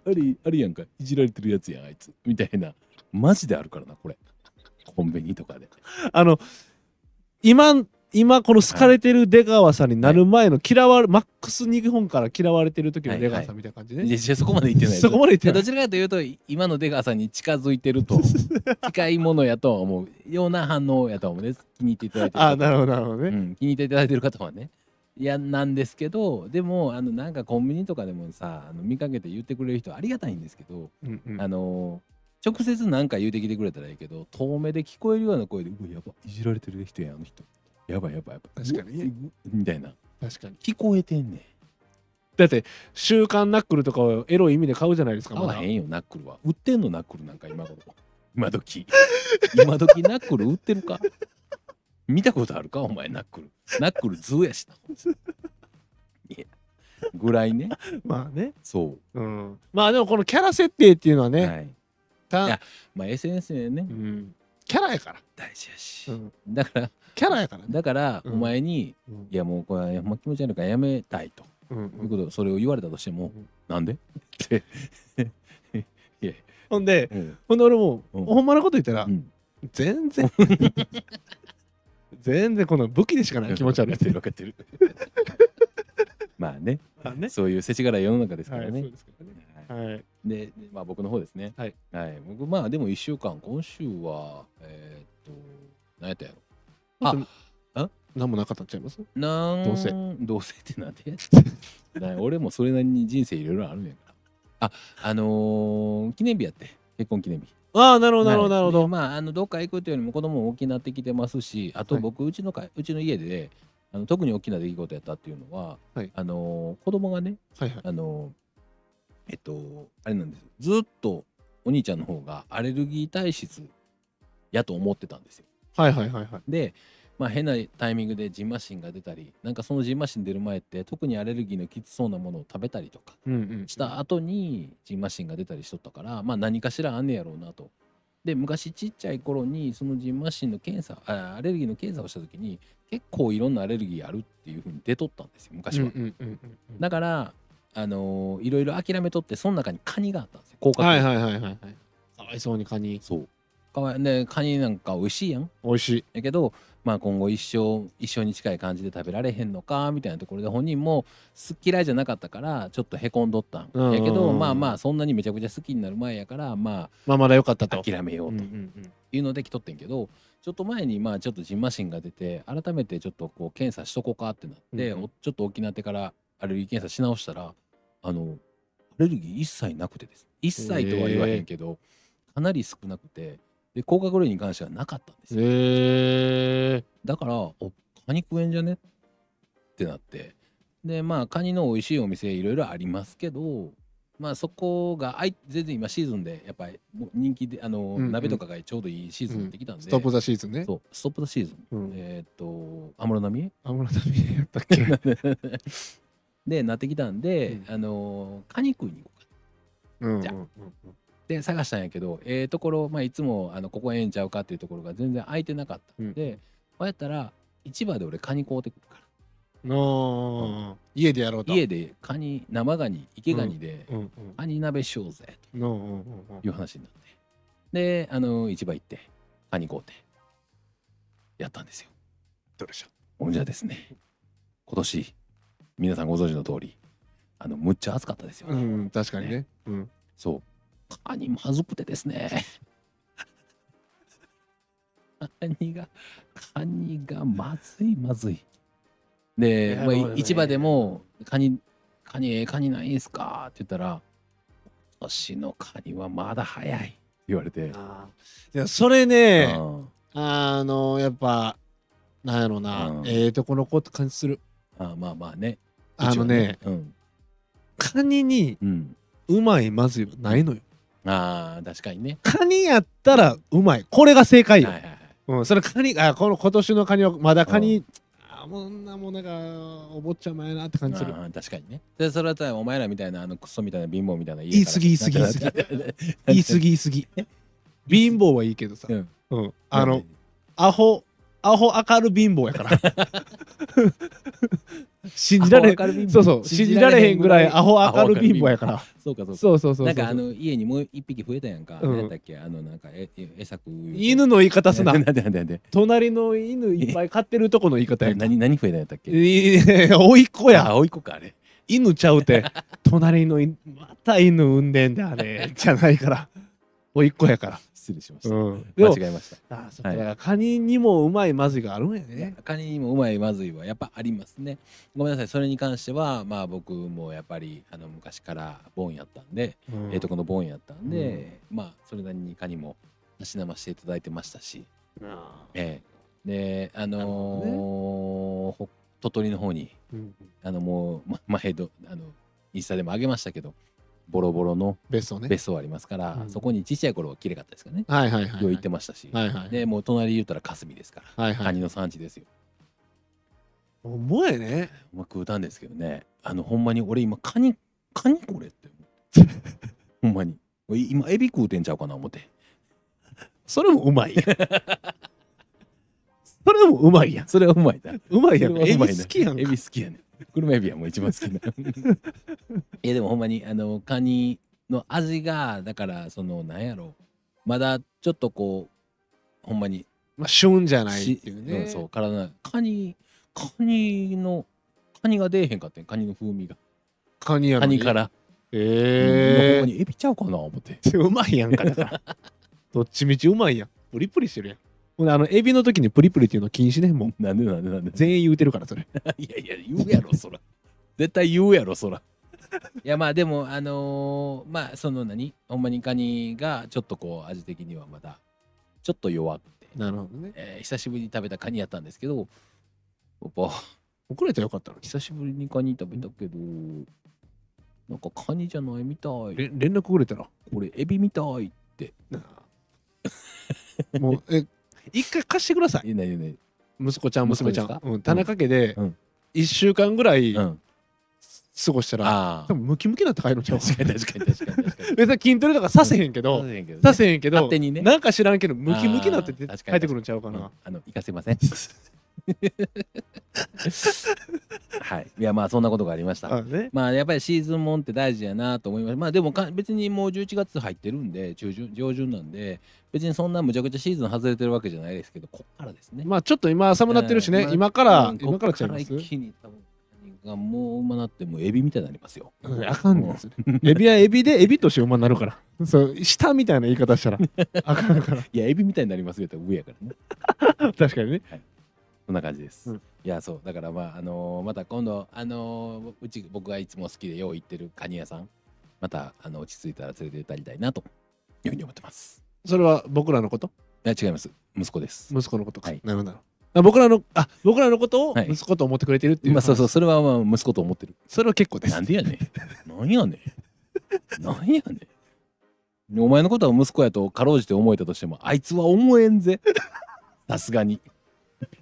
S2: あれあれやんかいじられてるやつやんあいつみたいなマジであるからなこれコンビニとかで
S1: あの今今この好かれてる出川さんになる前の嫌われ、マックス日本から嫌われてる時の出川さんみたいな感じね、
S2: いやいやそこまで言ってない
S1: そこまで言って
S2: で
S1: な
S2: ど
S1: い
S2: ちらかというと今の出川さんに近づい てると近いものやとは思うような反応やとは思うね気に入っていただいてる方
S1: ああなるほどなるほど
S2: う
S1: ね、
S2: ん、気に入っていただいてる方はねいやなんですけどでもあのなんかコンビニとかでもさあの見かけて言ってくれる人ありがたいんですけど、
S1: うんうん
S2: あの直接なんか言うてきてくれたらいいけど遠目で聞こえるような声で「うわやばいじられてる人やあの人やばいやばいやばい
S1: 確かに
S2: うわうわみたいな
S1: 確かに
S2: 聞こえてんねん
S1: だって「週刊ナックル」とかをエロい意味で買うじゃないですか
S2: 買
S1: まだ
S2: わへんよナックルは売ってんのナックルなんか今頃今時今時ナックル売ってるか見たことあるかお前ナックルナックルズーやしないやぐらいね
S1: まあね、
S2: そ
S1: うん、まあでもこのキャラ設定っていうのは
S2: う、
S1: ね、
S2: はい、
S1: た
S2: いやまあ SNS でね
S1: うん、キャラやから、
S2: 大事やし、
S1: うん、
S2: だから
S1: キャラやからね、
S2: だからお
S1: うん
S2: 前に、
S1: うん
S2: いやもうこれはほんま気持ち悪いからやめたいと
S1: うん
S2: いうことそれを言われたとしても、
S1: うん
S2: なんでって、いや
S1: ほんで
S2: うん
S1: ほんで俺も、
S2: うん
S1: ほんまのこと言ったら、
S2: うん
S1: 全 然全然この武器でしかない気持ち悪い
S2: わ
S1: っ
S2: かって
S1: て
S2: る分かってる まあね
S1: あね
S2: そういう世知辛い世の中ですか
S1: は
S2: ら
S1: い、そ
S2: ね
S1: う。ですからね
S2: はい
S1: はい、
S2: で、まあ、僕の方ですね。
S1: はい。
S2: 僕、まあ、でも1週間、今週は、えーっと、何やったやろ。あ
S1: あ何もなかったんちゃいます
S2: なん
S1: どうせ
S2: どうせってなんで な俺もそれなりに人生いろいろあるんやから。あ、あのー記念日やって、結婚記念日。
S1: ああなるほどなるほ
S2: はい
S1: どなるほ
S2: で
S1: ど、
S2: まあ、あのどっか行くというよりも子供も大きくなってきてますし、あと
S1: はい
S2: 僕、うちのかうちの家であの特に大きな出来事やったっていうのは、
S1: はい
S2: あのー子供がね、
S1: はいはい
S2: あのーえっと、あれなんですよずっとお兄ちゃんの方がアレルギー体質やと思ってたんですよ。
S1: はいはいはいはい
S2: で、まあ、変なタイミングでジンマシンが出たり、なんかそのジンマシン出る前って、特にアレルギーのきつそうなものを食べたりとか、
S1: うんうん
S2: した後にジンマシンが出たりしとったから、まあ、何かしらあんねやろうなと。で昔ちっちゃい頃にそのジンマシンの検査あアレルギーの検査をした時に結構いろんなアレルギーあるっていうふうに出とったんですよ昔
S1: うん
S2: は。
S1: うんうんうんうん
S2: だからあのーいろいろ諦めとってその中にカニがあったんですよ甲殻類
S1: はいはいはいはいはいかわいそうにカニ
S2: そうかわいでカニなんか美味しいやん
S1: 美味しい
S2: やけど、まあ、今後一生一生に近い感じで食べられへんのかみたいなところで本人も好き嫌いじゃなかったからちょっとへこんどったん
S1: うんうんうん
S2: やけどまあまあそんなにめちゃくちゃ好きになる前やからま
S1: まあまだ良かった
S2: あ
S1: と
S2: 諦めよ
S1: う
S2: う
S1: う
S2: んと
S1: んうん
S2: いうのできとってんけどちょっと前にまあちょっとジンマシンが出て改めてちょっとこう検査しとこうかってなって、
S1: うんうん
S2: おちょっと大きなってからアレルギー検査し直したらあのアレルギー一切なくてです一切とは言わへんけど、かなり少なくてで甲殻類に関してはなかったんですよ。
S1: へえ
S2: だからおカニ食えんじゃねってなってでまあカニの美味しいお店いろいろありますけどまあそこがあい全然今シーズンでやっぱりもう人気であの、
S1: んうん
S2: 鍋とかがちょうどいいシーズンになってきたんで、
S1: ストップ・ザ・シーズンね
S2: そうストップザシーズン、
S1: うん
S2: えーっと安室奈美
S1: 安室奈美恵やったっけ
S2: 恵 でなってきたんで、
S1: う
S2: あのカニ食いに行こうか
S1: うんうん
S2: じゃ
S1: うん
S2: で探したんやけどええところ、まあ、いつもあのここええんちゃうかっていうところが全然空いてなかったんで、
S1: うん
S2: こうやったら市場で俺カニ買うてくるから。
S1: の家でやろうと
S2: 家でカニ生ガニ池ガニで
S1: うん
S2: カニ鍋しようぜ
S1: うんのうんうん
S2: という話になってであの市場行ってカニ買うてやったんですよ
S1: どうでしょ
S2: ほんじゃですね今年皆さんご存知の通りあのむっちゃ暑かったですよ、
S1: ううん確かにねうん
S2: そうカニまずくてですね カニがカニがまずいまずいで、
S1: な
S2: まあ
S1: るほどね
S2: 市場でもカニカニええカニないんすかって言ったら今年のカニはまだ早いって言われて、
S1: あーいやそれね
S2: うん
S1: あのやっぱなんやろ
S2: う
S1: なんええとこの子って感じする
S2: あまあまあね
S1: あのね
S2: うちはうん、
S1: カニに
S2: うん、
S1: うまいまずいはないのよ
S2: あー確かにね
S1: カニやったらうまいこれが正解よ
S2: はいはいはい
S1: うん、それカニあこの今年のカニはまだカニあもうなもうなんかお坊ちゃまやなって感じする
S2: あー確かにねでそれはさお前らみたいなあのクソみたいな貧乏みたいな
S1: 言い過ぎ言い過ぎ言い過ぎ言い過ぎ言い過ぎ貧乏はいいけどさ、
S2: うん
S1: うんあ のアホアホ明る貧乏やから信じられ
S2: アホ明る貧乏
S1: そうそう信じられへんぐらいアホ明る貧乏やから
S2: そうかそうか
S1: そうそうそうそう
S2: なんかあの家にもう一匹増えたやんか、
S1: うん
S2: なんやったっけあのなんかええ餌食う
S1: 犬の言い方す な
S2: なんでなんでなんで
S1: 隣の犬いっぱい飼ってるとこの言い方やんか
S2: 何何増えたんやったっけ
S1: いいねおいっ子や
S2: あおいこかあれ
S1: 犬ちゃう て隣のいまた犬産んでんだあれ じゃないからおいっ子や から
S2: 失礼しました、
S1: うんでも
S2: 間違えました
S1: あそっかだからカニにもうまいまずいがあるんやね
S2: カニにもうまいまずいはやっぱありますねごめんなさいそれに関してはまあ僕もやっぱりあの昔からボンやったんで、ええとこのボンやったんで、まあそれなりにカニもたしなましていただいてましたし
S1: あー
S2: ええであの
S1: な
S2: ー
S1: る
S2: ほ鳥取の方に
S1: うん
S2: あのもうま前どあのインスタでもあげましたけどボロボロの
S1: 別荘ね
S2: 別荘ありますから、
S1: うん
S2: そこにちっちゃい頃は綺麗かったですからね、
S1: はいはいはい
S2: よ
S1: は
S2: う
S1: い
S2: 行ってましたし、
S1: はいはい
S2: でもう隣言ったら霞ですから、
S1: はいは
S2: カ
S1: い
S2: ニの産地ですよ
S1: お前ね
S2: うまく歌うんですけどねあのほんまに俺今カニカニこれって思 ってほんまに俺今エビ食うてんちゃうかな思って
S1: それもうまいやん それもうまいやん
S2: それはうまいな
S1: うまいやん
S2: それ
S1: エ
S2: はうま
S1: ビ
S2: いな
S1: 好きやん
S2: エ
S1: か
S2: ビ好きやね車エビはもう一番好きな いやでもほんまにあのカニの味がだからそのなんやろまだちょっとこうほんまに
S1: まあ旬じゃないっ
S2: して
S1: いう
S2: う
S1: ね
S2: んそう体のカニカニのカニが出えへんかってんカニの風味が
S1: カニや
S2: カ
S1: のに
S2: ニからうん
S1: へ
S2: ほんまにエビちゃうかな思って
S1: えうまいやんかだから どっちみちうまいやんプリプリしてるやんほんであのエビの時にプリプリっていうの禁止ねもう
S2: なんでなんでなんで
S1: 全員言うてるからそれ
S2: いやいや、言うやろ、そ ら。絶対言うやろ、そら。いや、まあでも、あのーまあ、その何ほんまにカニが、ちょっとこう、味的にはまだ、ちょっと弱くて、
S1: なるほどね
S2: えー久しぶりに食べたカニやったんですけど、やっぱ、
S1: 遅れたらよかったのに
S2: 久しぶりにカニ食べたけど、なんかカニじゃないみたい。
S1: れ連絡くれたら
S2: これ、エビみたい。
S1: な あもうえ一回貸してください
S2: いやいやい
S1: 息子ちゃん娘ちゃ
S2: 息子
S1: ん
S2: ですか
S1: うん田中家で
S2: うん
S1: 1週間ぐらい
S2: やうん。
S1: 過ごしたら
S2: あ
S1: 多
S2: あ。
S1: 分ムキムキになって帰るんちゃう
S2: 確かに確かに確かに 確かに。
S1: 別に筋トレとかさせへんけど、
S2: せへんけどね
S1: させへんけど、
S2: 勝手にね
S1: なんか知らんけどムキムキなって
S2: あー
S1: 出て
S2: 確
S1: 帰
S2: かに
S1: ってくるんちゃうか
S2: うん
S1: な。
S2: あの、行かせません。はい。いや、まあ、そんなことがありました。
S1: あね、
S2: まあ、やっぱりシーズンもんって大事やなと思います。まあ、でもか別にもう11月入ってるんで、中旬、上旬なんで、別にそんなむちゃくちゃシーズン外れてるわけじゃないですけど、こっからですね。
S1: まあちょっと今寒なってるしね、
S2: うん
S1: 今から、
S2: うん
S1: 今からちゃいま
S2: こっ
S1: す
S2: から一気に多分がもう馬なってもうエビみたいになりますよ。
S1: うんあかんねんそれエビはエビでエビとして馬になるからそう舌みたいな言い方したら あかんから
S2: いやエビみたいになりますよって上やからね。
S1: 確かにね
S2: そんな感じです。
S1: うん
S2: いやそうだからまああのーまた今度あのーうち僕がいつも好きでよう行ってるカニ屋さんまたあの落ち着いたら連れて行ったりたいなというふうに思ってます。
S1: それは僕らのこと
S2: いや違います息子です。
S1: 息子のことか、
S2: はい
S1: なるほどなるほどあ僕らのあ僕らのことを
S2: はい
S1: 息子と思ってくれてるっていう、
S2: まあそうそうそれはまあ息子と思ってる。
S1: それは結構です
S2: なんでやねん。なんやねん。なんやねん。お前のことは息子やとかろうじて思えたとしてもあいつは思えんぜ。さすがに。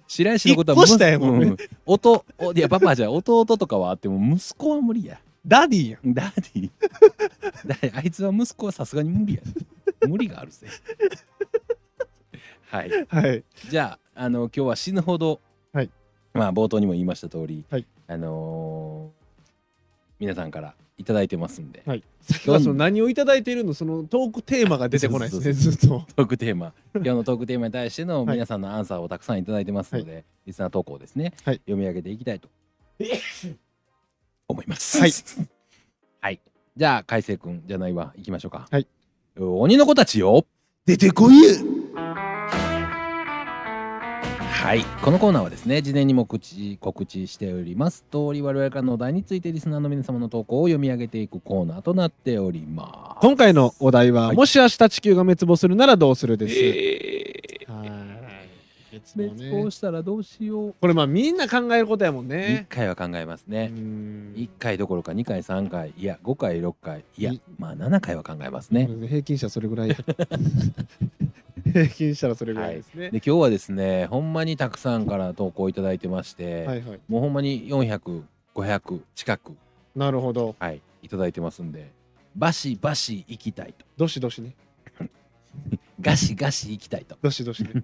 S2: 白石のことは
S1: 一個下やもんね
S2: う弟おいやパパじゃ弟とかはあっても息子は無理や。
S1: ダディやん
S2: ダディダディあいつは息子はさすがに無理や無理があるぜはい
S1: はい
S2: じゃああの今日は死ぬほど、
S1: はい
S2: まあ冒頭にも言いました通り、
S1: はい
S2: あのー皆さんから頂いただいてますんで、
S1: はいさっきからその何をいただいているのそのトークテーマが出てこないですねずっと
S2: トークテ ーマ今日のトークテーマに対しての
S1: はい
S2: 皆さんのアンサーをたくさん頂いただいてますので、リスナー投稿をですね、
S1: はい
S2: 読み上げていきたいと思います
S1: はい、
S2: はい、じゃあ海星くんじゃないわ行きましょうか
S1: はい
S2: 鬼の子たちよ
S1: 出てこいや
S2: はい、このコーナーはですね事前にも告知告知しております通り我々からのお題についてリスナーの皆様の投稿を読み上げていくコーナーとなっております。
S1: 今回のお題は、
S2: はい
S1: もし明日地球が滅亡するならどうするです。
S2: え
S1: はい別
S2: ー
S1: も
S2: 滅亡
S1: ね、
S2: したらどうしよう。
S1: これまあみんな考えることやもん
S2: 1
S1: ね。
S2: 回は考えます
S1: う
S2: ね。
S1: ん
S2: 1回どころか2回3回いや5回6回いや
S1: い
S2: まあ7回は考えますね。
S1: 平均したらそれぐらいや。平均したらそれぐらいですね。
S2: で今日はですねほんまにたくさんから投稿いただいてまして、
S1: はいはい。
S2: もうほんまに400500近く、
S1: なるほど。
S2: はい、いただいてますんでバシバシ行きたいと
S1: どしどしね。
S2: ガシガシ行きたいと。
S1: どしどしね。
S2: っ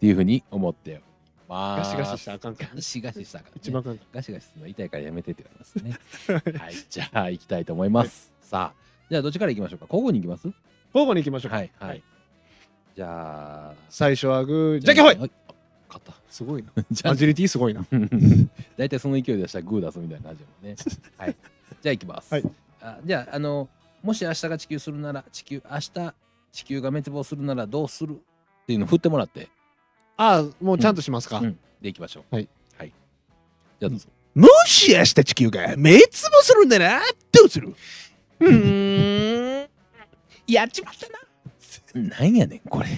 S2: ていうふうに思ってまあ、
S1: ガシガシしたらあかんから
S2: ガシガシしたから、ね。
S1: 一番あかんか
S2: ガシガシするの痛いからやめてって言われます ね。はい、じゃあ行きたいと思います。さあ、じゃあどっちから行きましょうか。交互に行きます
S1: 交互に行きましょうか、
S2: はい、はい。じゃあ、
S1: 最初はグーじゃんけんほい
S2: はいあ勝った。
S1: すごいな
S2: じゃ
S1: ア
S2: あ、
S1: ジリティすごいな
S2: 大体その勢いでしたらグー出すみたいな感じだもんね。 はい。じゃあ行きます。
S1: はい
S2: あじゃあ、あの、もし明日が地球するなら、地球、明日地球が滅亡するならどうするっていうのを振ってもらって、
S1: ああもうちゃんとしますか、
S2: うん、で行きましょう。
S1: はい。
S2: はい。じゃあどうぞ。
S1: もし明日地球が滅亡するならどうする
S2: うーん。やっちまったな。なんやねん、これ。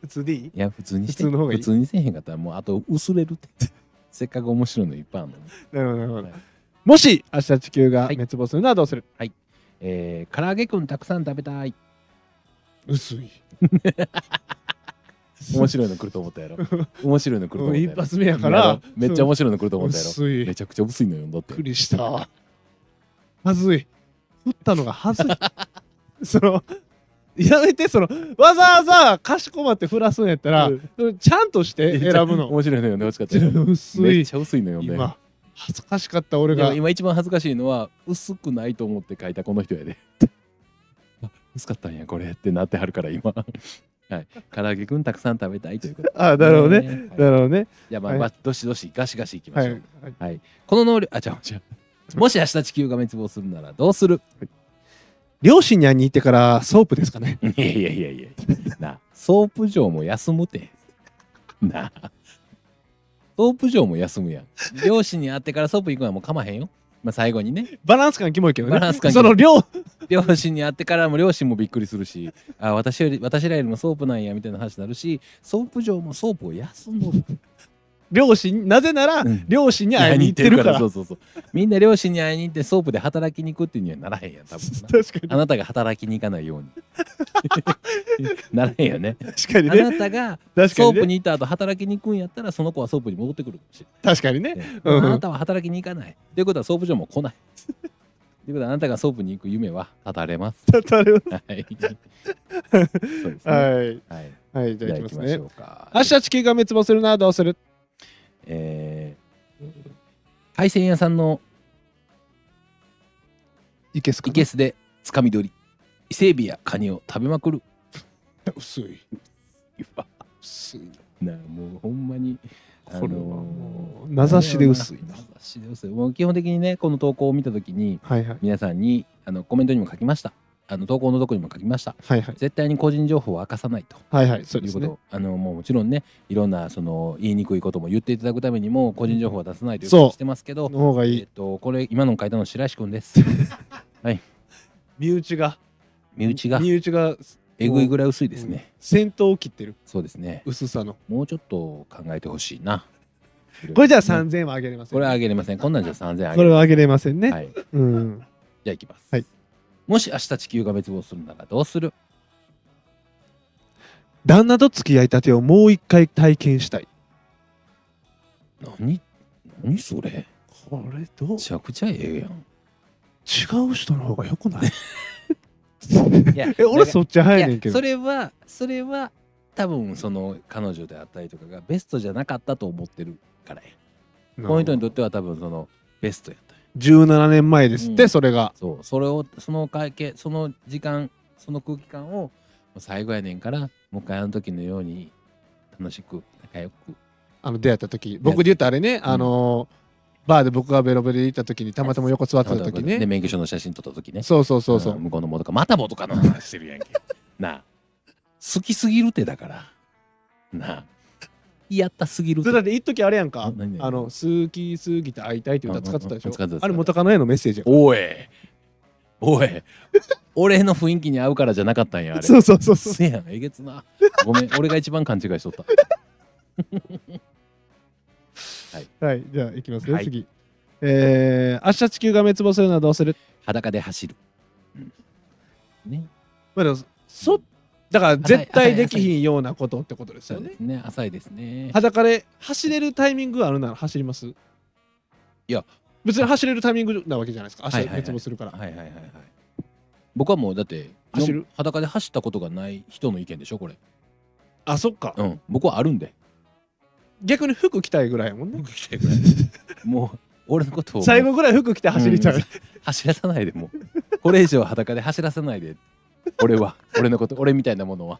S1: 普通でいい
S2: いや、普通にして。
S1: 普通の方がいい
S2: 普通にせえへんかったら、もうあと薄れるって。 せっかく面白いのいっぱいあるのに。
S1: なるほどなるほどもし明日地球が
S2: はい
S1: 滅亡するならどうする、
S2: えー、唐揚げくんたくさん食べたい。
S1: 薄い
S2: 面白いの来ると思ったやろ。 面白いの来ると思ったや
S1: 一
S2: ろ。
S1: 発目やから
S2: うんめっちゃ
S1: 白
S2: 面白いの来ると思ったやろ。
S1: 薄いび
S2: め
S1: っ
S2: ちゃくちゃ薄いのよ、だって
S1: く。りしたはずい打ったのがはずい そのやめてそのわざわざかしこまって振らすんやったら、
S2: うん
S1: ちゃんとして選ぶの
S2: 面白いのよ、ね、欲しかったやろ。
S1: 薄
S2: めっ
S1: い
S2: ちゃ薄いのよ、ね。
S1: 今恥ずかしかった俺
S2: でも
S1: が
S2: 今一番恥ずかしいのは薄くないと思って書いたこの人やで あ薄かったんやこれってなってはるから今はい唐揚げくんたくさん食べたいということ
S1: あなるほどね、
S2: はい
S1: なるほどね
S2: じゃあまあ、
S1: はい
S2: まあどしどしガシガシいきま
S1: は
S2: し
S1: い
S2: ょ、
S1: うはい
S2: この能力あ違う違 うもし明日地球が滅亡するならどうする
S1: 両親に会いに行ってからソープですかね
S2: いやいやいやいや なあソープ場も休むて なあソープ場も休むやん両親に会ってからソープ行くのはもうかまへんよまあ最後にね
S1: バランス感キモいけどね
S2: バランス感キモ
S1: そ
S2: い
S1: の両
S2: 両親に会ってからも両親もびっくりするしあ私より私らよりもソープなんやみたいな話になるしソープ場もソープを休む
S1: 両親なぜなら
S2: うん
S1: 両親に会いに行ってるから
S2: そうそうそうみんな両親に会いに行ってソープで働きに行くっていうにはならへんやん多分な
S1: 確か
S2: あなたが働きに行かない ようにならへんよね
S1: に確かに
S2: あ
S1: ね
S2: なたが
S1: 確か
S2: ソ
S1: に
S2: ープ
S1: ね
S2: に行った後働きに行くんやったらその子はソープに戻ってくるかもしれない
S1: 確かに ね
S2: ね
S1: うん
S2: あなたは働きに行かないということはソープ場も来ないということはあなたがソープに行く夢は絶たれます
S1: たたる
S2: はいそうですね
S1: はい
S2: はい、
S1: はいじ
S2: じ
S1: ゃあ
S2: ゃあ
S1: いき
S2: 行き
S1: ま
S2: ます
S1: ね
S2: しょうか。
S1: 明日地球が滅亡するならどうする
S2: えー、海鮮屋さんの
S1: いけすか
S2: いけすでつかみ取り、伊勢海老やカニを食べまくる。
S1: 薄い薄い
S2: なもうほんまに、
S1: これはもう名指しで薄いな
S2: 名指しで薄い。もう基本的にね、この投稿を見たときに、
S1: はいはい
S2: 皆さんにあのコメントにも書きました。あの投稿のとこにも書きました。
S1: はいはい
S2: 絶対に個人情報を明かさないと。
S1: はいはいそう
S2: い
S1: で
S2: う
S1: す
S2: こ
S1: ね
S2: とあのもうもちろんねいろんなその言いにくいことも言っていただくためにも個人情報は出さないということ
S1: そ
S2: を
S1: う
S2: してますけど
S1: の方がい
S2: えっ
S1: い
S2: と、これ、今の書いたの白石くんです。
S1: 身内が
S2: 身内が
S1: 身内が
S2: えぐいぐらい薄いです
S1: うん
S2: ね。
S1: 先頭を切ってる
S2: そうですね。
S1: 薄さの
S2: もうちょっと考えてほしいな。
S1: これじゃあ
S2: ね
S1: 3000円はあげれません
S2: これはあげれません。こんなんじゃ3000あ
S1: これ
S2: げれま
S1: はあげれません
S2: せん。
S1: ね
S2: はい。じゃ
S1: うん
S2: あ行きます。
S1: はい
S2: もし明日地球が滅亡するならどうする
S1: 旦那と付き合いたてをもう一回体験したい
S2: 何何それめ
S1: これどう
S2: ちゃくちゃええやん。
S1: 違う人の方がよくない
S2: いや
S1: え俺
S2: う
S1: そっち早いねんけど
S2: それは、それは、多分その彼女であったりとかがベストじゃなかったと思ってるからや。この人にとっては多分そのベストやったんや。
S1: 17年前ですって、
S2: うん
S1: それが
S2: そう、それを、その会計、その時間、その空気感を、もう最後やねんから、もう一回あの時のように、楽しく、仲良く。
S1: あの出会った時僕で言うとあれね、あのーバーで僕がベロベロで行った時にたまたま横座ってた時
S2: で、
S1: ね
S2: 免許証の写真撮った時ね。
S1: そうそうそうそう、
S2: ん向こうの元か、また元かの話してる やんけ。なあ。好きすぎるてだから。なあ。やったすぎる
S1: それだって一時あれやんか、
S2: うん何々
S1: あの好きすぎて会いたいって歌使ってたでしょ、
S2: うんうん使ってた使ってた
S1: あれ元カノへのメッセージや
S2: おい。おい。俺の雰囲気に合うからじゃなかったんや、あれ。
S1: そうそうそうそう
S2: せやん、えげつな。ご めん、俺が一番勘違いしとった。
S1: はいじゃあ行きますね、
S2: はい
S1: 次えー、明日地球が滅亡するのはどうする
S2: 裸で走る。ね。
S1: まあでもそだから絶対できひんようなことってことです
S2: そ
S1: よ
S2: う
S1: ね
S2: ですね。浅いですね。
S1: 裸で走れるタイミングがあるなら走りますい
S2: や
S1: 別に走れるタイミングなわけじゃないですか
S2: はいはい
S1: 足
S2: はい
S1: 滅亡するから、
S2: はいはいはいはい。僕はもうだって
S1: 走る
S2: 裸で走ったことがない人の意見でしょこれ。
S1: あそっか
S2: うん。僕はあるんで。
S1: 逆に服着たいぐらいやもんね。
S2: 来てくれ もう俺のことを
S1: 最後ぐらい服着て走りたい。
S2: うん走らさないでもうこれ以上裸で走らさないで俺は俺のこと俺みたいなものは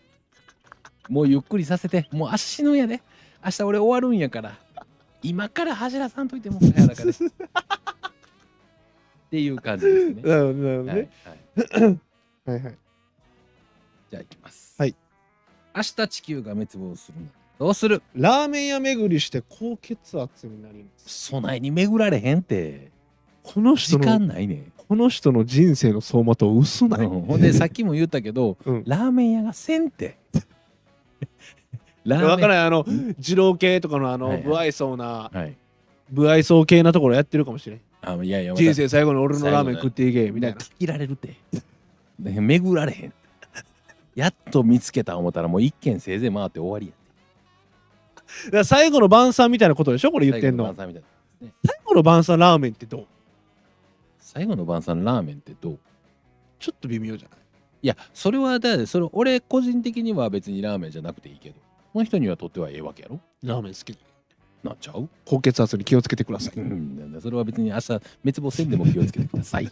S2: もうゆっくりさせてもう明日死ぬんやで明日俺終わるんやから今から走らさんといてもう裸でっていう感じです ね
S1: なるほどなるほど
S2: はい
S1: ね。
S2: はい
S1: はいはい。
S2: じゃあいきます
S1: はい
S2: 明日地球が滅亡するならどうする
S1: ラーメン屋巡りして高血圧になります。
S2: 備えに巡られへんって
S1: この
S2: 時
S1: 人
S2: 間
S1: の
S2: ないねん
S1: この人の人生の走馬灯薄ない。
S2: うんほんでさっきも言ったけど、
S1: うん
S2: ラーメン屋がせんって。ラ
S1: わから
S2: ん。
S1: ないあの二郎系とかのあ
S2: はい
S1: の
S2: はい
S1: 不愛想な
S2: はい。
S1: 不愛想系なところやってるかもしれん。
S2: あいやいや、
S1: 人生最後の俺のラーメン
S2: 最後だ
S1: 食っていけ
S2: み
S1: み
S2: た
S1: た
S2: い
S1: い
S2: な。
S1: な。
S2: 聞きられるって。ね巡られへん。やっと見つけた思ったらもう一軒せいぜい回って終わりや。
S1: だから最後の晩餐みたいなことでしょこれ言ってんの。
S2: 最後の晩餐みたいな
S1: 最後の晩餐ラーメンってどう
S2: 最後の晩餐ラーメンってどう
S1: ちょっと微妙じゃない
S2: いや、それはだってそれ俺個人的には別にラーメンじゃなくていいけど、この人にはとってはええわけやろ
S1: ラーメン好き。
S2: なっちゃ う
S1: 高血圧に気をつけてください。
S2: うん、なんだそれは別に明日滅亡せんでも気をつけてください。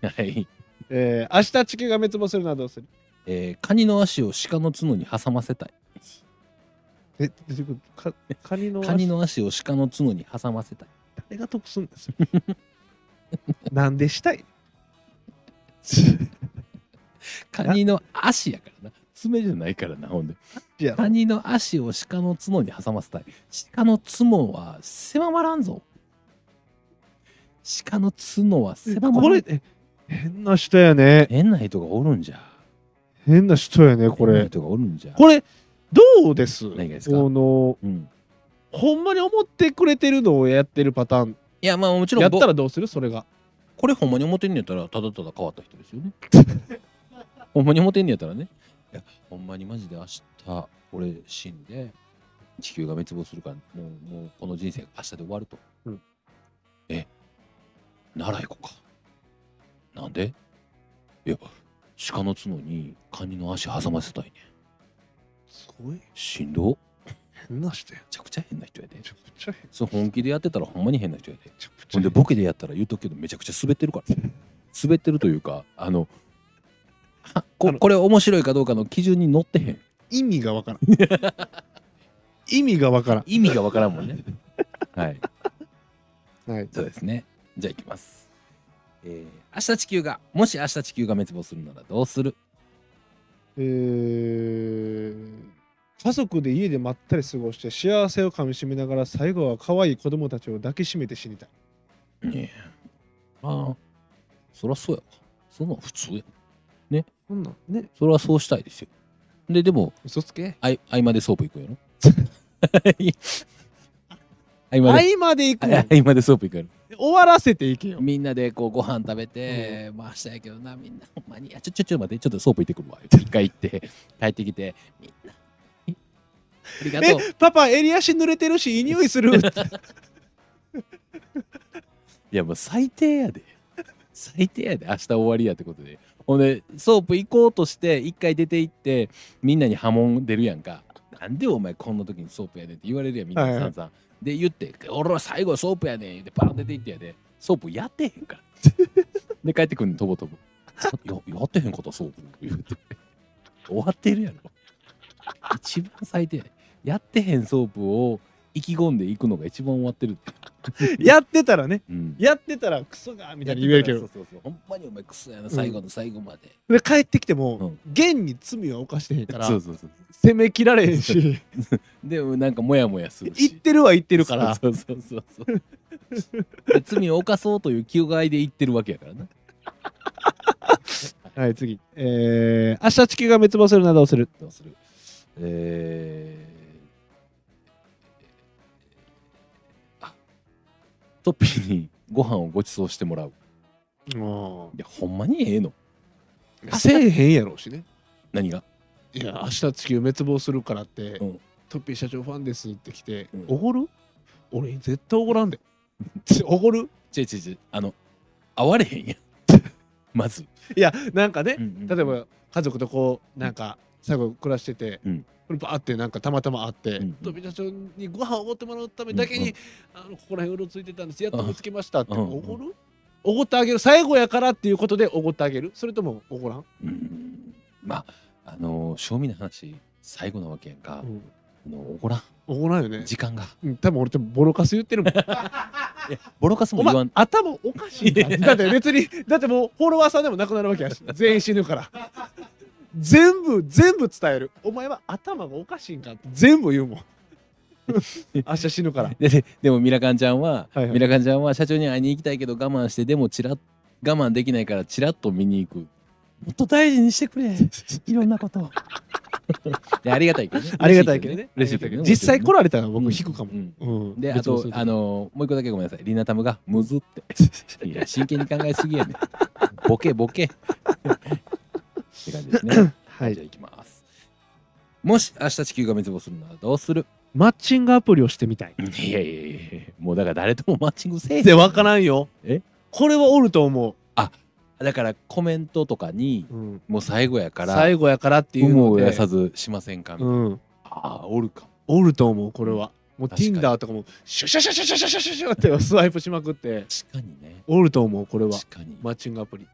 S2: はい。
S1: えー、明日地球が滅亡するのはどうする
S2: えーカニの足を鹿の角に挟ませたい。
S1: え、どういうことかカニの
S2: カニの足を鹿の角に挟ませたい。
S1: 誰が得すん ですよ。なんでしたい
S2: カニの足やからな。爪じゃないからな、ほんで。
S1: いや
S2: カニの足を鹿の角に挟ませたい。鹿の角は狭まらんぞ。鹿の角は狭ま
S1: こ
S2: らん
S1: れ。、え変な人やね。
S2: 変な人がおるんじゃ。
S1: 変な人やね、こ
S2: 変な
S1: れ。
S2: 人がおるんじゃ。
S1: これ、どうです
S2: 何がですか
S1: この、
S2: うん、
S1: ほんまに思ってくれてるのをやってるパターン。
S2: いや、まあもちろ
S1: や
S2: ん
S1: っ
S2: ぼ
S1: た、らどうするそれが。
S2: これほんまに思ってんねやったら、ただただ変わった人です よね。ほんまに思ってんねやったらね。いや、ほんまにマジで明日、俺死んで、地球が滅亡するから、もう、もうこの人生明日で終わると。
S1: うん
S2: え、奈良行こうか。なんでいや、鹿の角にカニの足挟ませたいね。
S1: すごい。
S2: しんど。め
S1: 変な人や。
S2: ちゃくちゃ変な人やで
S1: め。ちゃくちゃ変。め
S2: そう本気でやってたらほんまに変な人やで。
S1: ちゃくち
S2: ほ
S1: ゃ
S2: んでボケでやったら言うとくけどめちゃくちゃ滑ってるから滑ってるというかあのはこ
S1: あの
S2: これ面白いかどうかの基準に乗ってへん
S1: 意味がわ からん。意味がわから
S2: 意味がわからんもん ねはい
S1: ん。はい。
S2: そうですねじゃあいきますえー、明日地球がもし明日地球が滅亡するならどうする
S1: えー家族で家でまったり過ごして幸せをかみしめながら最後は可愛い子供たちを抱きしめて死にたい。
S2: ねえああそらそうやわそんなん普通や
S1: そんなんね、
S2: それはそうしたいですよででも
S1: 嘘つけ。
S2: あい合間でソープ行くん やろ合間
S1: 合
S2: で
S1: 間で行く
S2: 合
S1: の
S2: 間でソープ行くんやろ
S1: 終わらせていけよ。
S2: みんなでこうご飯食べて、まあ明日やけどな、みんなほんまに、いやちょちょちょ待って、ちょっとソープ行ってくるわ。一回行って、帰ってきて、みんな、えありがとう。
S1: パパ、襟足濡れてるし、いい 匂いする。
S2: いやもう最低やで。最低やで、明日終わりやってことで。ほんで、ソープ行こうとして、一回出て行って、みんなに波紋出るやんか。なんでお前こんな時にソープやねんって言われるやん、みんな
S1: はいはい
S2: さんさん。で、言って、俺は最後ソープやねん言って、パン出て行ってやで。ソープやってへんから。で、帰ってくるの、とぼとぼ。ややってへんかった、ソープ。言うて。終わってるやろ。一番最低やで。やってへんソープを意気込んでいくのが一番終わってるって。
S1: やってたらね、
S2: うん
S1: やってたらクソがみたいに言えるけ
S2: そ
S1: ど
S2: う、そうそうほんまにお前クソやな、最後の最後まで。
S1: で帰ってきても、
S2: うん
S1: 現に罪は犯してへんから、
S2: そうそうそう。
S1: 責めきられへんし、
S2: で、なんかモヤモヤする
S1: 言っ
S2: し。
S1: てるは言ってるから、
S2: そうそうそうそう。で罪を犯そうという気概で言ってるわけやからな。
S1: はい、次。えー、明日地球が滅亡するなどうする
S2: どうするえー、あトッピーにご飯をご馳走してもらう。いや、ほんまにええの
S1: せえへんやろうしね。
S2: 何が
S1: いや明日地球滅亡するからって、
S2: うん
S1: トッピー社長ファンですって来て
S2: うん
S1: おご、る俺に絶対おごらんで おごる
S2: 違う違う違う。あの、会われ へんやん。まず。
S1: いやなんかね、
S2: うんうん
S1: 例えば家族とこうなんか最後暮らしてて、
S2: うん
S1: これバーってなんかたまたま会って、
S2: うん
S1: 富田町にご飯をおごってもらうためだけに、あのここら辺うろついてたんですやっと見つけましたって
S2: うん
S1: おごるおごってあげる最後やからっていうことでおごってあげるそれともおごらん、
S2: うんまああのー正味の話最後なわけやんか、
S1: うん
S2: あのおごらん
S1: おごらんよね
S2: 時間が
S1: うん多分俺ってボロカス言ってるもん
S2: ボロカスも
S1: お
S2: 言わ
S1: 前
S2: ん
S1: 頭おかしいんだだって別にだってもうフォロワーさんでもなくなるわけやし全員死ぬから全部全部伝えるお前は頭がおかしいんかって全部言うもん 明日死ぬから
S2: でででもミラカンちゃんは、
S1: はいはい
S2: ミラカンちゃんは社長に会いに行きたいけど我慢してでもチラッ我慢できないからチラッと見に行くもっと大事にしてくれ いろんなことをでありがたいけどね
S1: ありがたいけどね。
S2: 嬉しいけどね
S1: 実際来られたら
S2: うん
S1: 僕引くかも
S2: う。ん
S1: うん
S2: であ
S1: 別に
S2: と
S1: そういう
S2: あのーもう一個だけごめんなさいリナタムが「むず」って いや真剣に考えすぎやねボケボケって感じです ね
S1: は
S2: じゃ
S1: い。
S2: あ行きます。もし明日地球が滅亡するならどうする
S1: マッチングアプリをしてみたい。
S2: いやいやいやいやもうだから誰ともマッチングせえへん
S1: で、わからんよ。
S2: え
S1: これはおると思
S2: だからコメントとかに
S1: う。うん。
S2: もう最後やから
S1: 最後やからっていう
S2: 有無
S1: の
S2: を
S1: で
S2: や。さずしませんかみたいな、
S1: うん。
S2: ああおるか
S1: おると思う、これは。もう
S2: 確かに
S1: Tinder とかも、シュシュシュシュシュシュシュシュシュってスワイプしまくって、
S2: 確かにね
S1: おると思う、これは。
S2: 確かに、
S1: マッチングアプリ。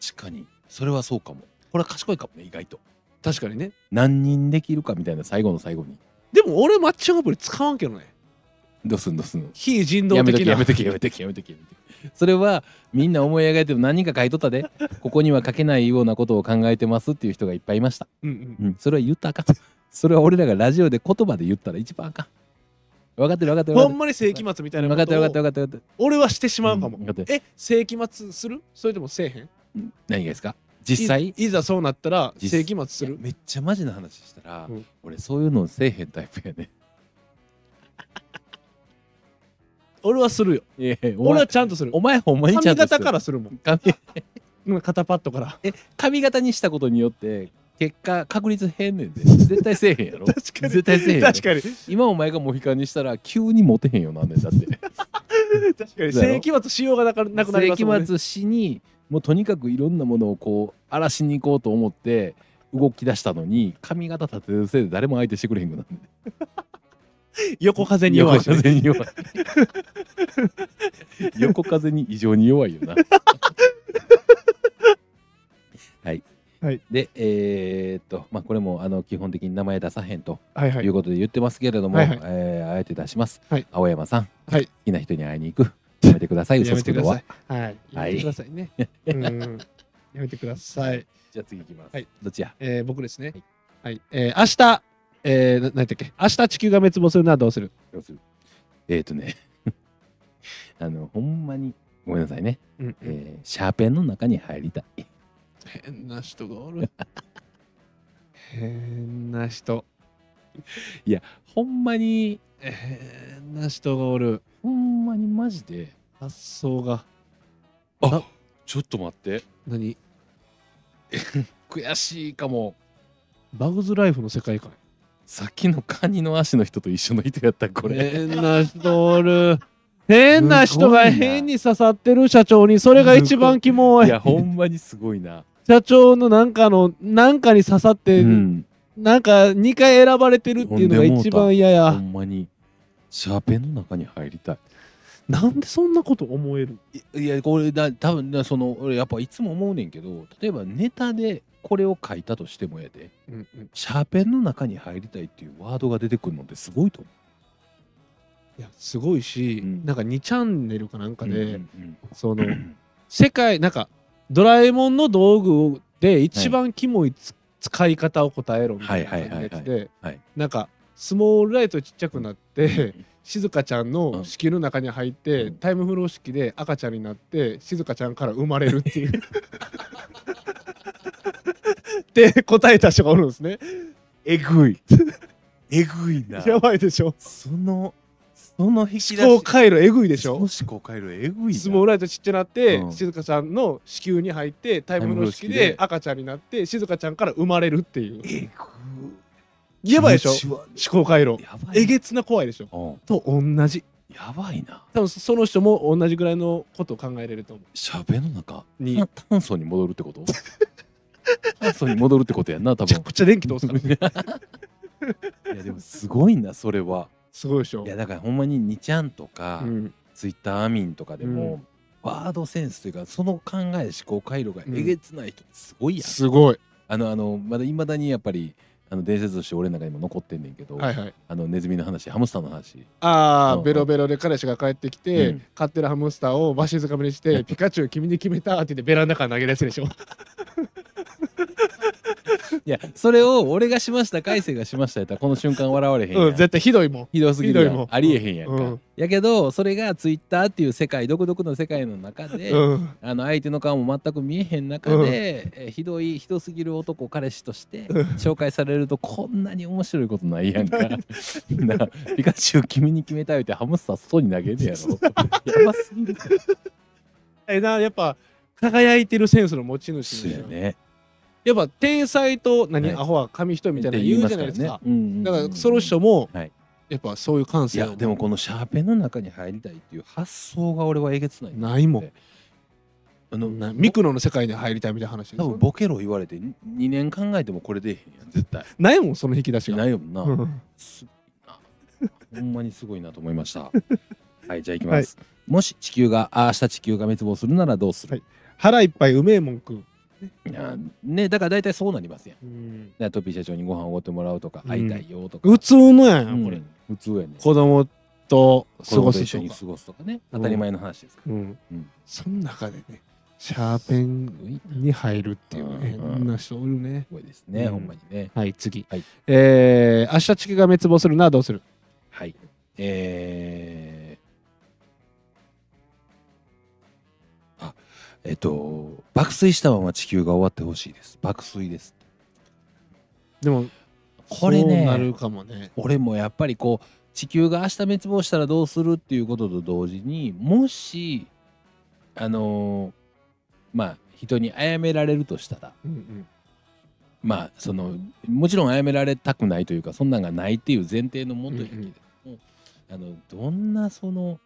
S2: 確かにそれはそうかもこれは賢いかもね意外と
S1: 確かにね。
S2: 何人できるかみたいな最後の最後に
S1: でも俺、マッチングアプリ使わんけどね。
S2: どうすんどうすん
S1: 非人
S2: や
S1: 道
S2: めと
S1: 的
S2: きや
S1: な
S2: め。ときやめときやめときやめときそれはみんな思い描いても何人か書いとっ たでここには書けないようなことを考えてますっていう人がいっぱいいました
S1: うんうん
S2: うん、それは言ったらあかん。それは俺らがラジオで言葉で言ったら一番あかん。分かってる分かってる
S1: ほ
S2: 分
S1: ん
S2: か
S1: まに世紀末みた
S2: って
S1: い
S2: る。
S1: なこ
S2: 分かって
S1: と
S2: る分かって
S1: を
S2: る分かってる。
S1: 俺はしてしまうかも
S2: うん分かって
S1: え世紀末するそれともせえへん
S2: うん何がですか実
S1: い
S2: 際
S1: いざそうなったら
S2: 実
S1: 世紀末す
S2: い
S1: る
S2: やめっちゃマジな話したら、
S1: うん
S2: 俺そういうのせえへんタイプやね。
S1: 俺はするよ
S2: いやいやお
S1: 俺
S2: 前
S1: はちゃんとする
S2: お前ほんまにち
S1: 髪
S2: ゃんとして
S1: 型
S2: る
S1: からするもん
S2: 髪
S1: うん肩パッドから
S2: 髪型にしたことによって結果確率変ねんで絶対せえへんやろ
S1: 確かに
S2: 絶対せえへんやろ
S1: 確かに
S2: 今お前がモヒカンにしたら急にモテへんよなんねんだって
S1: 確かに
S2: そうやろ
S1: 世紀末しようがなく なくなりますもん
S2: 世紀
S1: ね
S2: 末しにもうとにかくいろんなものをこう荒らしに行こうと思って動き出したのに髪型立てるせいで誰も相手してくれへんくなる
S1: 横風に弱いしね
S2: 横風に弱い 横風に異常に 弱いよなはい、
S1: はい
S2: でえーっとまあこれもあの基本的に名前出さへんと
S1: はいはい
S2: いうことで言ってますけれども、
S1: はいはい
S2: えーあえて出します、
S1: はい
S2: 青山さん、
S1: はい
S2: 好きな人に会いに行くやめてください
S1: や
S2: 嘘
S1: め
S2: つ
S1: て
S2: く
S1: くだ
S2: のは
S1: さいはいや
S2: はい
S1: めてくださいね うんやめてください
S2: じゃあ次いきます、
S1: はい
S2: どっちや
S1: えー僕ですねは
S2: はい
S1: いえー明日えーななんだっけ明日地球が滅亡するならどうする
S2: どうするえっ、ー、とね あのほんまにごめんなさいね、
S1: うん
S2: えーシャーペンの中に入りたい
S1: 変な人がおる変な人
S2: ほんまに
S1: 変な人がおる
S2: ほんまにマジで
S1: 発想が
S2: あちょっと待って
S1: 何
S2: 悔しいかも
S1: バグズライフの世界観
S2: さっきのカニの足の人と一緒の人やったこれ、
S1: 変な人おる変な人が
S2: すごいな
S1: 変に刺さってる社長にそれが一番キモい
S2: いやほんまにすごいな、
S1: 社長のなんかのなんかに刺さって、
S2: うん、
S1: なんか2回選ばれてるっていうのが一番嫌
S2: ほ
S1: や
S2: んまにシャーペンの中に入りたい
S1: なんでそんなこと思える
S2: いいやこれだ多分なその俺やっぱいつも思うねんけど例えばネタでこれを書いたとしてもやで
S1: うんうん
S2: シャーペンの中に入りたいっていうワードが出てくるのってすごいと思
S1: いやすごいし、
S2: うん
S1: なんか2チャンネルかなん
S2: う
S1: か。で、
S2: うんうん
S1: その
S2: うん
S1: 世界なんかドラえもんの道具で一番キモいつ、使い方を答えろみたいな感じのやつ
S2: はいはい
S1: で
S2: はい
S1: なんかスモールライトちっちゃくなって、静香ちゃん
S2: う
S1: の
S2: ん
S1: 子宮の中に入って、
S2: うん
S1: タイムフロー式で赤ちゃんになって静香ちゃんから生まれるって いう。 で答えた人がおるんですね。
S2: えぐい えぐいな
S1: やばいでしょ
S2: そのその引き出し
S1: 思考回路えぐいでし
S2: そ
S1: ょ
S2: の思考回路えぐいな
S1: スモールライトちっちゃなって、
S2: うん
S1: 静香ちゃんの子宮に入ってタイムフロー式
S2: タイムフロー式で
S1: で赤ちゃんになって静香ちゃんから生まれるっていう
S2: えぐ
S1: 言えばでしょ
S2: 気持ち悪い
S1: 思考回路
S2: やばいな
S1: えげつな怖いでしょ
S2: うん
S1: と同じ
S2: やばいな
S1: 多分そその人も同じぐらいのことを考えれると思
S2: シャーペンの中
S1: うに
S2: 炭素に戻るってことそうに戻るってことやんな多
S1: めちゃ
S2: 分
S1: くちゃ電気通すから
S2: いやでもすごいなそれは
S1: すごいでしょ
S2: いやだからほんまに2ちゃんとか、
S1: うん
S2: ツイッターアミンとかでも、ワードセンスというかその考え思考回路がえげつない人ってすごいやん、
S1: すごい
S2: あのあのまだいまだにやっぱりあの伝説として俺の中にも残ってんねんけど、
S1: はいはい
S2: あのネズミの話ハムスターの話
S1: あ
S2: う
S1: あ
S2: ん
S1: ベロベロで彼氏が帰ってきて、
S2: うん
S1: 飼ってるハムスターをバシづかみにして「ピカチュウ君に決めた」って言ってベランダから投げ出すでしょ
S2: いやそれを俺がしました海星がしましたやったらこの瞬間笑われへんやん、
S1: うん絶対ひどいもん
S2: ひどすぎるや
S1: ひどいも
S2: ん
S1: ん
S2: ありえへんやんか、
S1: うん
S2: やけどそれがツイッターっていう世界独特の世界の中で、
S1: うん
S2: あの相手の顔も全く見えへん中で、
S1: うん
S2: えーひどいひどすぎる男彼氏として
S1: うん
S2: 紹介されるとこんなに面白いことないやんか なピカチュウ君に決めたよってハムスター外に投げるやろ やばすぎる
S1: えなやっぱ輝いてるセンスの持ち主
S2: す
S1: みたい
S2: よ
S1: な
S2: ね
S1: やっぱ天才と何、
S2: はい
S1: アホは紙一重みたいなの
S2: って
S1: 言う
S2: ま
S1: じゃないですか
S2: らねうんうんうん
S1: だからその人も、
S2: はい
S1: やっぱそういう感
S2: い
S1: 性
S2: やでもこのシャーペンの中に入りたいっていう発想が俺はえげつない
S1: ないもん
S2: あの
S1: なミクロの世界に入りたいみたいな話です
S2: 多分ボケろ言われて2年考えてもこれ出えへんやん絶対
S1: ないもんその引き出しが
S2: ないよな、
S1: うん
S2: すごいなほんまにすごいなと思いま した。はい、じゃあ行きます。もし地球が、あ明日地球が滅亡するならどうする、
S1: 腹いっぱいうめえもん食う、
S2: いやね、だから大体そうなりますや
S1: う
S2: ん。
S1: ん、
S2: ねトピー社長にご飯おごってもらうとか、
S1: うん
S2: 会いたいよとか。
S1: 普通のやん、
S2: うん
S1: これ
S2: 普通やね。
S1: 子供と過
S2: 子
S1: ご
S2: 供と
S1: す
S2: 一緒
S1: と
S2: に
S1: か
S2: 過ごすとかね。
S1: うん
S2: 当たり前の話ですか
S1: うん
S2: うん
S1: その中でねシャーペ
S2: ら。すご
S1: ン
S2: い
S1: に入るっていうね、
S2: うんうん
S1: 変な人おるね
S2: すごいですね、
S1: うん
S2: ほんまにね。
S1: はい次、
S2: はい
S1: えー、明日地球が滅亡するならどうする
S2: はい。えー、あえっと、爆睡したまま地球が終わってほしいです。爆睡です。
S1: でも
S2: これ
S1: そう
S2: ね
S1: なるかもね
S2: 俺もやっぱりこう地球が明日滅亡したらどうするっていうことと同時にもしあのーまあ人に殺められるとしたら
S1: うんうん
S2: まあそのもちろん殺められたくないというかそんなんがないっていう前提のもとやけれども、あのどんなその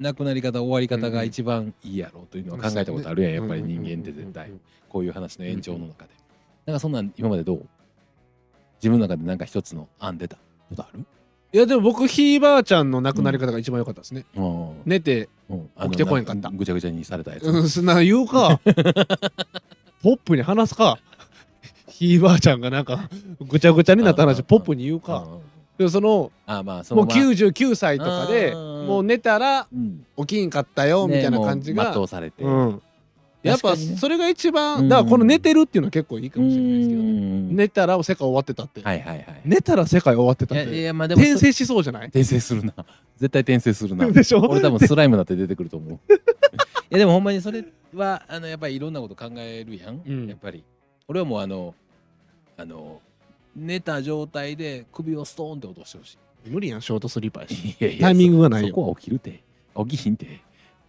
S2: 亡くなり方終わり方が一番いいやろうというのは考えたことあるやんやっぱり人間って絶対こういう話の延長の中でなんかそんなん今までどう自分の中でなんか一つの案出たことある
S1: いやでも僕ひいばあちゃんの亡くなり方が一番良かったですね、
S2: うん
S1: 寝て
S2: うん
S1: 起きてこへんかった
S2: あのぐちゃぐちゃにされたやつ。
S1: うんそんな言う かポップに話すかひいばあちゃんがなんかぐちゃぐちゃになった
S2: うんう
S1: 話
S2: ん
S1: ポップに言うかでもその
S2: あまあそ
S1: も
S2: の
S1: う
S2: まま
S1: 99歳とかで
S2: あー
S1: もう寝たら
S2: うん
S1: 起きんかったよみたいな感じ
S2: ねもう
S1: が
S2: 全うされて。
S1: うんやっぱ
S2: 確かにね
S1: それが一
S2: うん
S1: 番だからこの寝てるっていうのは結構いいかもしれないですけどね
S2: うん
S1: 寝たら世界終わってたって
S2: はいはいはい。
S1: 寝たら世界終わってた
S2: い
S1: っ
S2: やい
S1: て
S2: やまあでも
S1: 転生しそうじゃない。
S2: 転生するな。絶対転生するな
S1: でしょ
S2: 俺多分スライムだって出てくると思う。いやでもほんまにそれはあのやっぱりいろんなこと考えるやん。
S1: うん
S2: やっぱり俺はもうあのあの寝た状態で首をストーンって落としてほしい。
S1: 無理やんショートスリーパーやし
S2: いやいや
S1: タイミングがないよ
S2: そこは起きるて起きひんて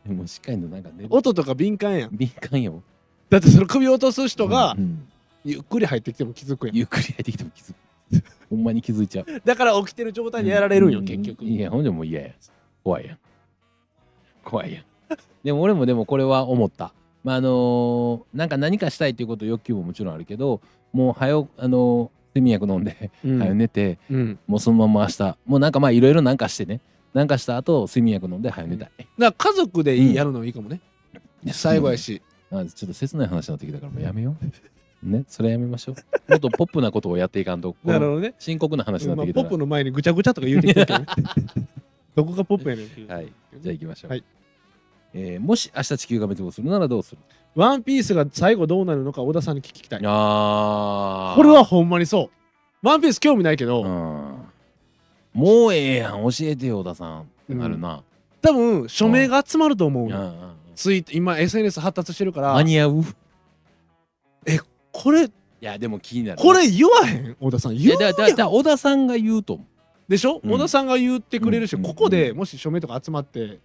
S2: もうしっかりのなんかね
S1: 音とか敏感やん
S2: 敏感よ
S1: だってその首落とす人が
S2: うんうん
S1: ゆっくり入ってきても気づくやん
S2: ゆっくり入ってきても 気づくほんまに気づいちゃう
S1: だから起きてる状態でやられるんよ、
S2: う
S1: 結局
S2: いやほんじゃもう嫌や怖いやん怖いやんでも俺もでもこれは思ったまああのーなんか何かしたいっていうこと欲求ももちろんあるけどもうはよあのー睡眠薬飲んで
S1: うん
S2: はよ寝て、
S1: うん
S2: もうそのまま明日もうなんかまあいろいろなんかしてねなんかした後睡眠薬飲んではよ寝たい、
S1: だから家族でいい
S2: うん
S1: やるのいいかもね、
S2: で
S1: 最後やし、
S2: あちょっと切ない話になってきたからもうやめよ う。ね、それやめましょう。もっとポップなことをやっていかんと、こ
S1: なる
S2: の
S1: ほどね、
S2: 深刻な話になっ
S1: ま
S2: て
S1: あ
S2: き
S1: ポ
S2: た
S1: ッ
S2: ら。
S1: プの前にぐちゃぐちゃとか言うてきてるけど ねどこがポップやねんっていう
S2: はい、じゃあ行きましょう。
S1: はい
S2: えーもし明日地球が滅亡するならどうする
S1: ワンピースが最後どうなるのか小田さんに聞きたい
S2: あー
S1: これは、ほんまにそうワンピース興味ないけど、
S2: うん。もうええやん、教えてよ、小田さん。ってなるな。
S1: 多分署名が集まると思う
S2: うんう
S1: よ、
S2: んうん
S1: ツイート今 SNS 発達してるから
S2: 間に合うい
S1: これ
S2: や、でも気になるな。
S1: これ言わへん小田さん
S2: い
S1: 言
S2: や
S1: う
S2: だだだ小田さんが言うと思う。
S1: でしょ、
S2: うん
S1: 小田さんが言ってくれるし、
S2: うん
S1: ここでもし署名とか集まって、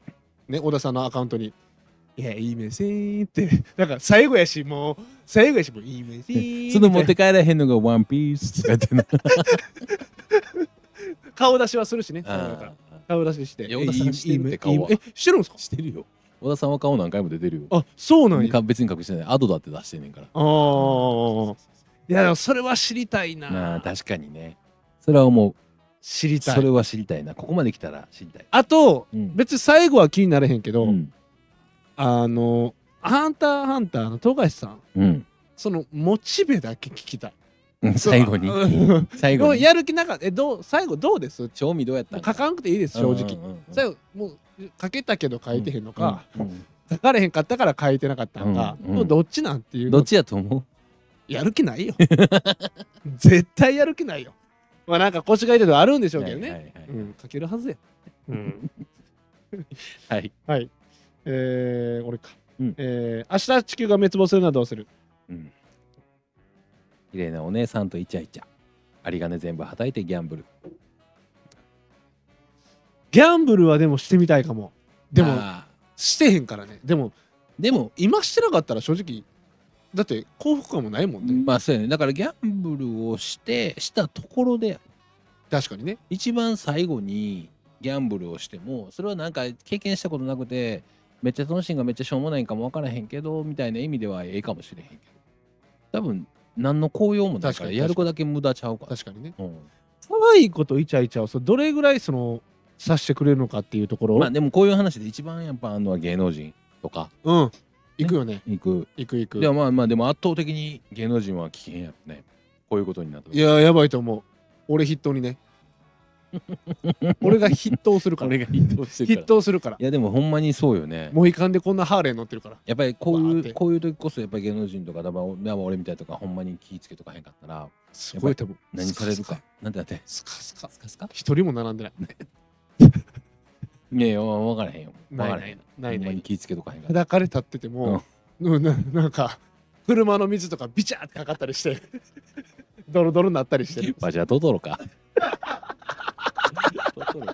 S1: ね、小田さんのアカウントに「いやいい目線」って なんか最後やしもう最後やしもういい目線
S2: その持って帰らへんのがワンピー スとかやってな。
S1: 顔出しはするしね最後だから
S2: あー
S1: 顔出しして
S2: いや小田さんしてるっ
S1: いい目
S2: て
S1: いい目
S2: 顔は
S1: えしてるんですか
S2: してるよ。小田さんは顔何回も出てるよ
S1: あそうなんや
S2: か別に隠してないアドだって出してんねんから
S1: ああいやでもそれは知りたい
S2: まあ
S1: な
S2: 確かにねそれは思う
S1: 知りた
S2: それ
S1: い
S2: は知りたいなここまで来たら知りたい
S1: あと
S2: うん
S1: 別に最後は気になれへんけど、
S2: うん
S1: あの「ハンターハンター」の富樫さん
S2: うん
S1: そのモチベだけ聞きたい
S2: うん最後に
S1: うん
S2: 最
S1: も
S2: 後
S1: う
S2: に
S1: やる気なかったえどう最後どうです
S2: 調味どうやった
S1: 書
S2: んか
S1: かんくていいです正直、
S2: うんうんうんうん
S1: 最後もう書けたけど書いてへんのか、
S2: うん
S1: 書かれへんかったから書いてなかったのか、
S2: うんうん
S1: もうどっちなんていう
S2: ど
S1: の
S2: っちやと思う
S1: やる気 ないよ絶対やる気ないよまあなんか腰が痛いとかあるんでしょうけどね、
S2: はいはい
S1: うん書けるはずやうん
S2: はいは
S1: は
S2: い
S1: いえー、俺か、
S2: うん
S1: えー明日地球が滅亡するのはどうする
S2: うん綺麗なお姉さんとイチャイチャ針金全部はたいてギャンブル
S1: ギャンブルはでもしてみたいかもでも
S2: あ
S1: してへんからねでも
S2: ーでも
S1: 今してなかったら正直だって幸福感もないもんね、
S2: まあそうやねだからギャンブルをしてしたところで
S1: 確かにね
S2: 一番最後にギャンブルをしてもそれはなんか経験したことなくてめっちゃ楽しいんがめっちゃしょうもないんかもわからへんけどみたいな意味ではええかもしれへんけど多分何の効用もない
S1: 確
S2: か
S1: からに
S2: やる子だけ無駄ちゃうから
S1: 確かにね
S2: うん
S1: 可愛いことイチャイチャをそうどれぐらいそのさしてくれるのかっていうところ、
S2: まあでもこういう話で一番やっぱあんのは芸能人とか
S1: うん行くよね
S2: 行く
S1: 行く行く
S2: でもまあまあでも圧倒的に芸能人は危険やろねこういうことになった時
S1: いややばいと思う俺筆頭にね俺が筆頭するから
S2: 俺が筆頭し
S1: 筆
S2: てるから
S1: 頭するから
S2: いやでもほんまにそうよね
S1: モヒカンでこんなハーレー乗ってるから
S2: やっぱりこう
S1: わーっ
S2: い
S1: て
S2: うこういう時こそやっぱり芸能人とかだば俺みたいとかほんまに気ぃつけとかへんかったら
S1: すごいと思う
S2: 何されるかなんてだって
S1: スカスカ
S2: スカスカ
S1: 一人も並んでない
S2: いやいや分からへんよ分
S1: ない
S2: から
S1: な
S2: へん
S1: いない
S2: ほ
S1: なん
S2: まに
S1: い
S2: 気ぃつけとかへんかった
S1: 裸で立ってても、うん、ななんか車の水とかビチャーってかかったりして ドロドロになったりして る
S2: バジャトト ロかトトロ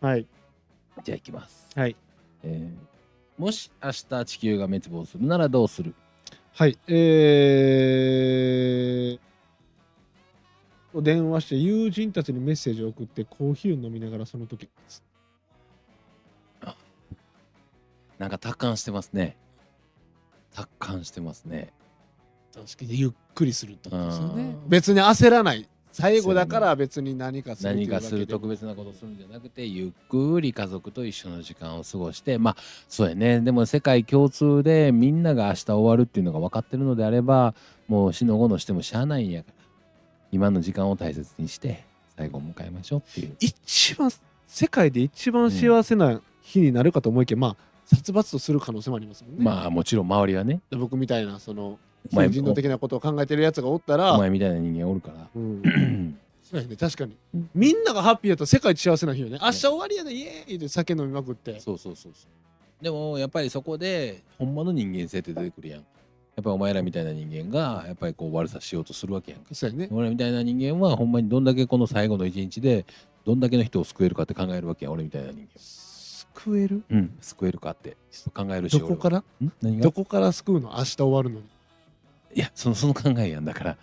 S1: はい
S2: じゃあ行きます
S1: はい
S2: えーもし明日地球が滅亡するならどうする
S1: はいえー、電話して友人たちにメッセージを送ってコーヒーを飲みながらその時
S2: なんか達観してますね達観してますね
S1: 確かにゆっくりするってことですよね
S2: うん
S1: 別に焦らない最後だから別に何かするっていう
S2: 何
S1: だ
S2: か
S1: け
S2: する
S1: で
S2: 特別なことをするんじゃなくてゆっくり家族と一緒の時間を過ごしてまあそうやねでも世界共通でみんなが明日終わるっていうのが分かってるのであればもう死の後のしてもしゃあないんやから今の時間を大切にして最後を迎えましょうっていう
S1: 一番世界で一番幸せな日になるかと思いきや、まあ殺伐とする可能性もありますもんね、
S2: まあもちろん周りはね
S1: 僕みたいなその
S2: お前
S1: 人の的なことを考えてるやつがおった
S2: お
S1: ら、
S2: 前みたいな人間お るから
S1: うん、
S2: う
S1: そうやね確かに
S2: ん
S1: みんながハッピーやと世界幸せな日よね明日終わりやでイエーイって酒飲みまくって
S2: そうそうそうそうでもやっぱりそこでほんまの人間性って出てくるやんやっぱりお前らみたいな人間がやっぱりこう悪さしようとするわけやんか
S1: そうやね
S2: 俺らみたいな人間はほんまにどんだけこの最後の一日でどんだけの人を救えるかって考えるわけやん俺みたいな人間
S1: 救える
S2: うん救えるかって考えるし
S1: どこからら
S2: 何が
S1: どこから救うの明日終わるのに
S2: いやそのその考えやんだから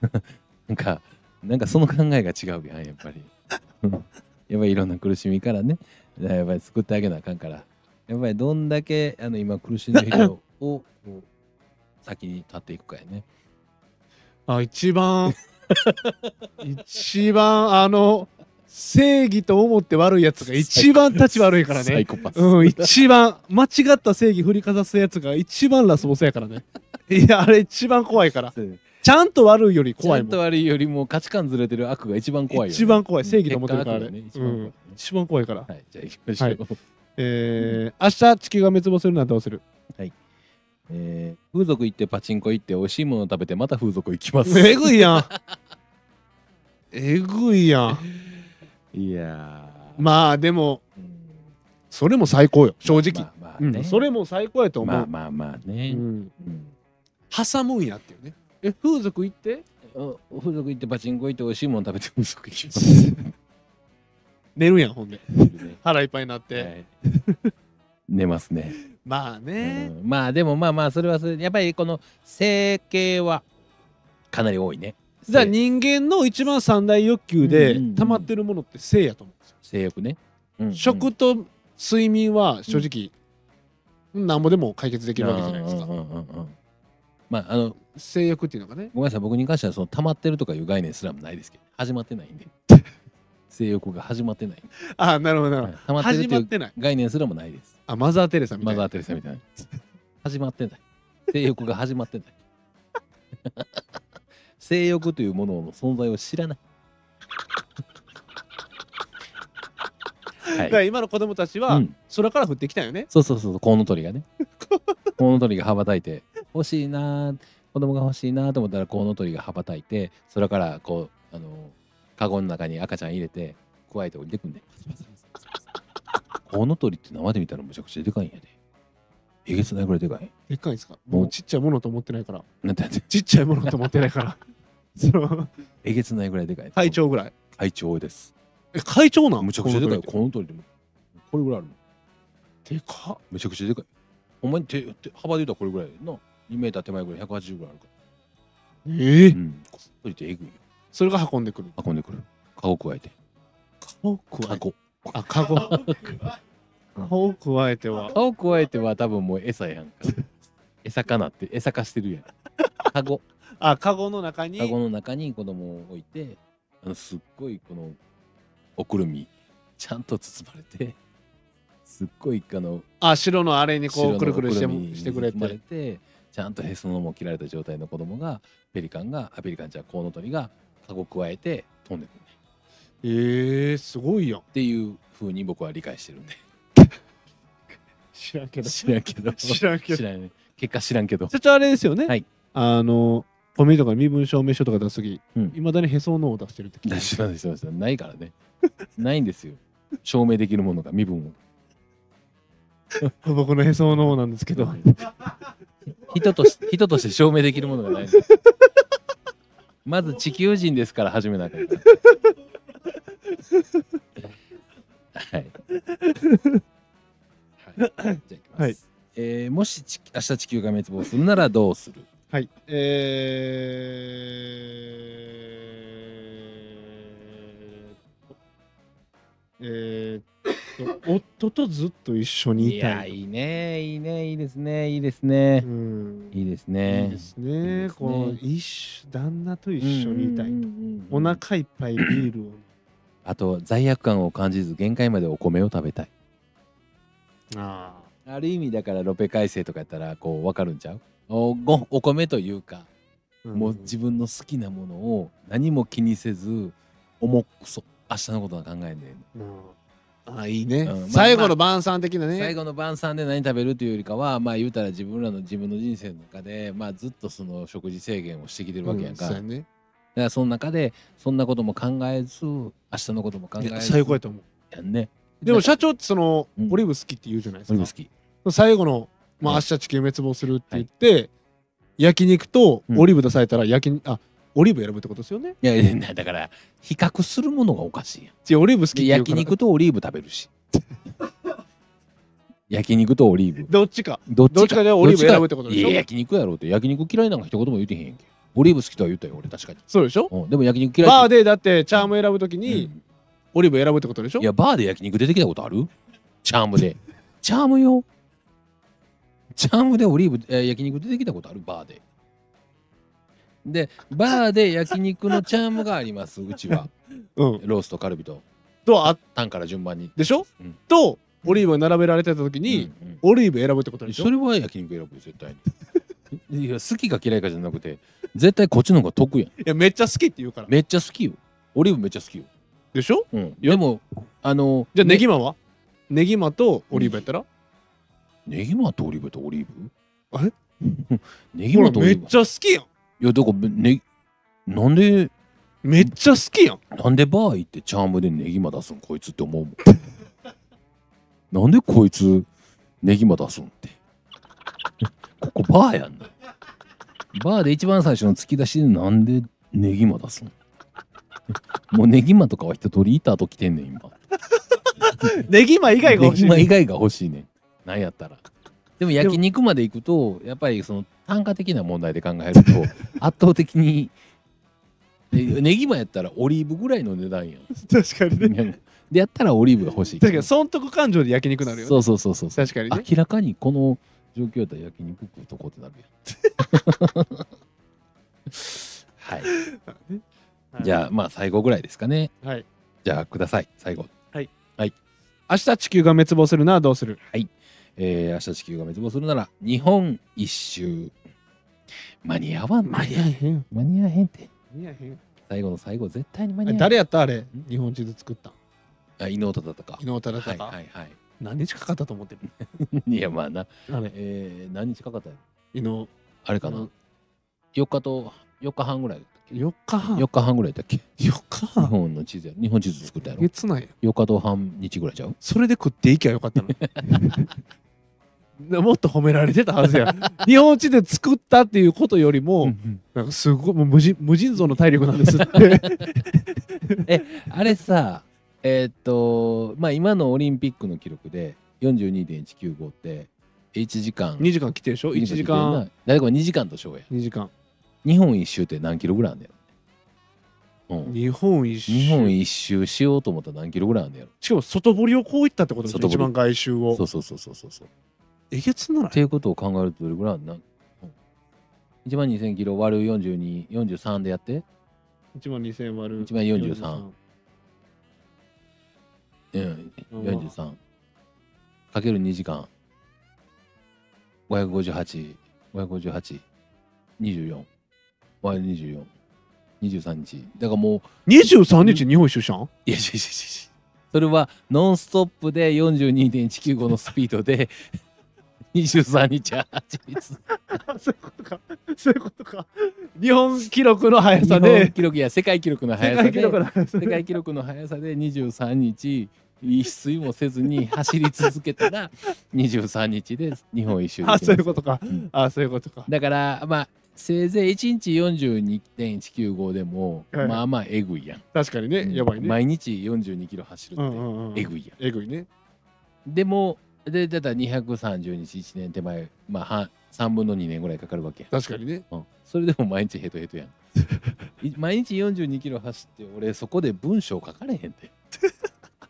S2: なんかなんかその考えが違うやんやっぱり うんやっぱりいろんな苦しみからねやっぱり救ってあげなあかんからやっぱりどんだけあの今苦しんでる人をこう先に立っていくかやね
S1: あ一番 一番あの正義と思って悪いやつが一番立ち悪いから
S2: サイ
S1: ね
S2: コパス、
S1: うん一番間違った正義振りかざすやつが一番ラスボスやから ねいやあれ一番怖いから
S2: そう
S1: ちゃんと悪いより怖
S2: 怖い
S1: い
S2: もんちゃん
S1: も
S2: と
S1: ん
S2: 悪いよりも価値観ずれてる悪が一番怖いよね、
S1: 一番怖い正義
S2: と
S1: と思ってるからね
S2: ね一
S1: う
S2: 番怖いね
S1: ん一番怖いから、
S2: はいじゃあ行きましょう、
S1: はいえー明日地球が滅亡するのはどうす る
S2: えー風俗行ってパチンコ行って美味しいもの食べてまた風俗行きま す
S1: えぐいやんえぐいやん
S2: いやー
S1: まあでも
S2: うん
S1: それも最高よ正直、
S2: まあまあ
S1: うん
S2: ね
S1: それも最高やと思う、
S2: まあまあまあね
S1: う、ん、
S2: うん
S1: 挟むんやっていうねえ風俗行って
S2: お風俗行ってパチンコ行って美味しいもの食べて風俗行きます、
S1: 寝るやんほんで
S2: ね
S1: 腹いっぱいになって、
S2: はい寝ますね、
S1: まあね、
S2: うんまあでもまあまあそれはそれでやっぱりこの整形はかなり多いね
S1: じゃあ人間の一番三大欲求で
S2: うんうんうん
S1: 溜まってるものって性やと思うんですよ、
S2: 性欲ね、うんうん
S1: 食と睡眠は正直、なんぼでも解決できるわけじゃないですか。
S2: うんうんうんうんまああの
S1: 性欲っていうのがね。
S2: ごめんなさい僕に関してはその溜まってるとかいう概念すらもないですけど始まってないん で性欲が始まってないんで
S1: あなるほどなる
S2: は
S1: ほど。
S2: い溜まってる
S1: 始
S2: とい
S1: まっ
S2: う
S1: てない。
S2: 概念すらもないです
S1: あマザー・テレサみた
S2: マ
S1: い
S2: ザ
S1: な。
S2: ー・テレサみたいな。始まってない。性欲が始まってない。 性欲というものの存在を知らない。
S1: だか
S2: は
S1: ら
S2: い。
S1: 今の子供たち
S2: う
S1: は
S2: ん、
S1: 空から降ってきたよね。
S2: そうそうそうコウノトリが ねコウノトリが羽ばたいて欲しいなー子供が欲しいなーと思ったらコウノトリが羽ばたいて空からこうあのーカゴの中に赤ちゃん入れて加えて降りてく んでコウノトリって生で見たらむちゃくちゃでかいんやでえげつないぐらいでかい
S1: でっかいんですか。も
S2: も
S1: う
S2: う
S1: ちっちゃいものと思ってないから。
S2: なんてなんて
S1: ちっちゃいものと思ってない から。 その
S2: えげつないぐらいでかい
S1: 会長ぐらい。
S2: 会長です
S1: え会長なん
S2: むちゃくちゃでかい
S1: こ
S2: コウノトリでもこれぐらいあるの
S1: のでかっ
S2: めちゃくちゃでかいお前手手幅で言うたらこれぐらいやな2メーター手前ぐらい180ぐらいあるか
S1: ええ
S2: らうんコウノトリってえぐいよ
S1: それが運んでくる。
S2: 運んでくるカゴ加えて
S1: 顔を
S2: カゴ
S1: あ、カゴ。顔を加えては。
S2: 顔加えては多分もう餌やん か餌かなって餌化してるやんカゴ
S1: あ、カゴの中に。
S2: カゴの中に子供を置いてあのすっごいこのおくるみちゃんと包まれてすっごいあの
S1: あ、白のあれにこ
S2: 白
S1: う
S2: の
S1: くるくるして
S2: おみ
S1: も
S2: に
S1: してくれ
S2: 包まれ
S1: て。
S2: てちゃんとへその緒も切られた状態の子供がペリカンがあペリカンじゃコウノトリがカゴ加えて飛んでくるね
S1: ええすごいやん。
S2: っていう風に僕は理解してるんで
S1: 知らんけど。
S2: 知らんけど
S1: 知らんけど
S2: 知。らんね結果知らんけど
S1: 社長あれですよね。
S2: はい
S1: あの、コンビニとか身分証明書とか出すとき、
S2: うん
S1: いまだにへその緒を出してるって聞いた
S2: 出しました出しましたないからねないんですよ証明できるものが身分を
S1: 僕のへその緒なんです けど。
S2: 人とし人として証明できるものがないんですまず地球人ですから始めなきゃいけないはいはいじゃあいきます、
S1: はい
S2: えーもし地明日地球が滅亡するならどうする
S1: はい。えー、えーっと、夫とずっと一緒に
S2: い
S1: い
S2: や
S1: たい。
S2: いいねいいねいいですねいいですね
S1: う、ん。
S2: いいです
S1: い
S2: ね
S1: いですね。
S2: いいですね
S1: こう一緒旦那と一緒にいたい。お
S2: お腹
S1: 腹いっぱいビールを。
S2: あと罪悪感を感じず限界までお米を食べたい
S1: ああ。
S2: ある意味だからロペ改正とかやったらこう分かるんちゃうおごお米というか、もう自分の好きなものを何も気にせず重くそ明日のことは考えんで、
S1: うんああ、いいね。
S2: うんまあ
S1: 最後の晩餐的なね。
S2: 最後の晩餐で何食べるというよりかはまあ言うたら自分らの自分の人生の中で、まあ、ずっとその食事制限をしてきてるわけやんか、
S1: うんそう
S2: だか
S1: ね。
S2: らその中でそんなことも考えず明日のことも考
S1: い
S2: え
S1: や
S2: ず
S1: 最高やと思う。
S2: やんね
S1: でも社長ってその、
S2: うん
S1: オリーブ好きって言うじゃないです
S2: 俺
S1: か
S2: も好。き
S1: 最後の、まあ、
S2: は
S1: 明日
S2: い
S1: 地球滅亡するって言って、焼肉とオリーブ出されたら焼き、あオリーブ選ぶってことですよね。
S2: いやいやいやだから比較するものがおかしいやん
S1: じゃオリーブ好きって
S2: で
S1: 言うか
S2: 焼
S1: ら
S2: 肉とオリーブ食べるし 焼肉とオリーブ
S1: どっちか。
S2: どっ
S1: どっちかでオリーブ選ぶってことでし
S2: い
S1: ょ
S2: や焼肉やろうって焼肉嫌いなんか一言も言うてへんやんけオリーブ好きとは言ったよ俺確かに、
S1: そうでしょ
S2: うん、でも焼肉嫌い
S1: バー
S2: で
S1: でだってチャーム選ぶときに、オリーブ選ぶってことでしょ
S2: いやバーで焼肉出てきたことあるチャー ムでチャームよチャームでオリーブ、えー焼肉出てきたことあるバーででバーで焼肉のチャームがありますうち は
S1: うん。
S2: ロースとカルビと
S1: とあ
S2: タンから順番に
S1: でしょ、
S2: うん
S1: とオリーブが並べられてたときに、
S2: うんうん
S1: オリーブ選ぶってことでしょ
S2: それは焼肉選ぶよ絶対に いや好きか嫌いかじゃなくて絶対こっちの方が得やん
S1: いやめっちゃ好きって言うから。
S2: めっちゃ好きよオリーブめっちゃ好きよ、
S1: でしょ
S2: うん、でもあの
S1: じゃあネギ
S2: ね
S1: マンは、ネギマとオリーブやったら、
S2: ネギマとオリーブとオリーブ
S1: あれ
S2: ネギマ
S1: ほ
S2: と
S1: ら
S2: オ
S1: め
S2: リ
S1: っ
S2: ーブ
S1: ちゃ好きやん
S2: いやだからねなんで
S1: めっちゃ好きやん
S2: なんでバー行ってチャームでネギマ出すんこいつって思うもん なんでこいつネギマ出すんってここバーやんなバーで一番最初の突き出しでなんでネギマ出すんもうネギマとかは一通りいた後来てんねん今
S1: ネギマ以外が欲しい、
S2: ネギマ以外が欲しいねんなんやったらでも焼肉まで行くとやっぱりその単価的な問題で考 えると圧倒的にでネギマやったらオリーブぐらいの値段やん
S1: 確かにね
S2: いや でやったらオリーブが欲しい
S1: だけど損得感情で焼肉なるよね
S2: そうそうそうそうそう
S1: 確かにね
S2: 明らかにこの状況やったら焼肉食うとこってなる やんはいじゃあまあ最後ぐらいですかね
S1: あはい
S2: じゃあください最後
S1: 明日地球が滅亡するならどうする
S2: えー、明日地球が滅亡するなら日本一周間に合わん間に合
S1: へん
S2: 間に合えへんって
S1: 見えへん
S2: 最後の最後絶対に間に合えへん
S1: 誰やったあれ日本地図作ったん
S2: あ伊能忠敬か
S1: 伊能忠敬、
S2: はいはいは
S1: 何日かかったと思ってる
S2: いいやまあな
S1: あれ
S2: えー、何日かかったんや
S1: 伊能
S2: あれかな、
S1: うん
S2: 4日と4日半ぐらい
S1: 4日半
S2: 4日半ぐらいだっけ
S1: 4日
S2: 日
S1: 半
S2: 本の地図や日本地図作ったやろ
S1: 月なんや
S2: 4日と半日ぐらいちゃう
S1: それで食っていきゃよかったのに もっと褒められてたはず や日本地図作ったっていうことよりも、なんかすごいもう無人無尽蔵の体力なんですって
S2: あれさえーっとまあ今のオリンピックの記録で42.195って1時間
S1: 2時間来てるでしょ1時間
S2: 大体2時間としようや
S1: 2時間
S2: 日本一周って何キロぐらいあんねやろ、うん、
S1: 日本一周
S2: 日本一周しようと思ったら何キロぐらいあんねやろ
S1: しかも外堀をこういったってことでしょ
S2: 外堀
S1: 一番外周を
S2: そうそうそうそうそうそう
S1: えげつな
S2: っ
S1: ら
S2: ていうことを考えるとどれぐらいあんな、1万2000キロ割る4243でやって、
S1: 1万2000割る
S2: 1万43うん、
S1: うん
S2: 43かける2時間558 558 24割る24 23日だからもう
S1: 23日日本一周したん
S2: いやいやいやいやいやそれはノンストップで42.195のスピードで23日走り続け
S1: そういうことか。そういうことか。日本記録の速
S2: 日
S1: さ
S2: 本
S1: で、
S2: 記録や世界記録の
S1: 世
S2: 速さ
S1: 界
S2: で
S1: 記録の速さ
S2: 世
S1: で。
S2: 界記録の速さで23日一睡もせずに走り続けたら23日で日本一周できま
S1: あ、
S2: す
S1: そういうことか
S2: ん。
S1: あ、そういうことか。
S2: だからまあせいぜい1日42.195でも、
S1: はい
S2: まあまあえぐいやん、
S1: 確かにね、やばいね。
S2: 毎日42キロ走るって、
S1: うんうんうん。
S2: えぐいや
S1: えぐいね。
S2: んでもでだったら230日1年手前まあ半3分の2年ぐらいかかるわけやん
S1: 確かにね。
S2: うんそれでも毎日ヘトヘ トやんい毎日42キロ走って俺そこで文章書かれへんて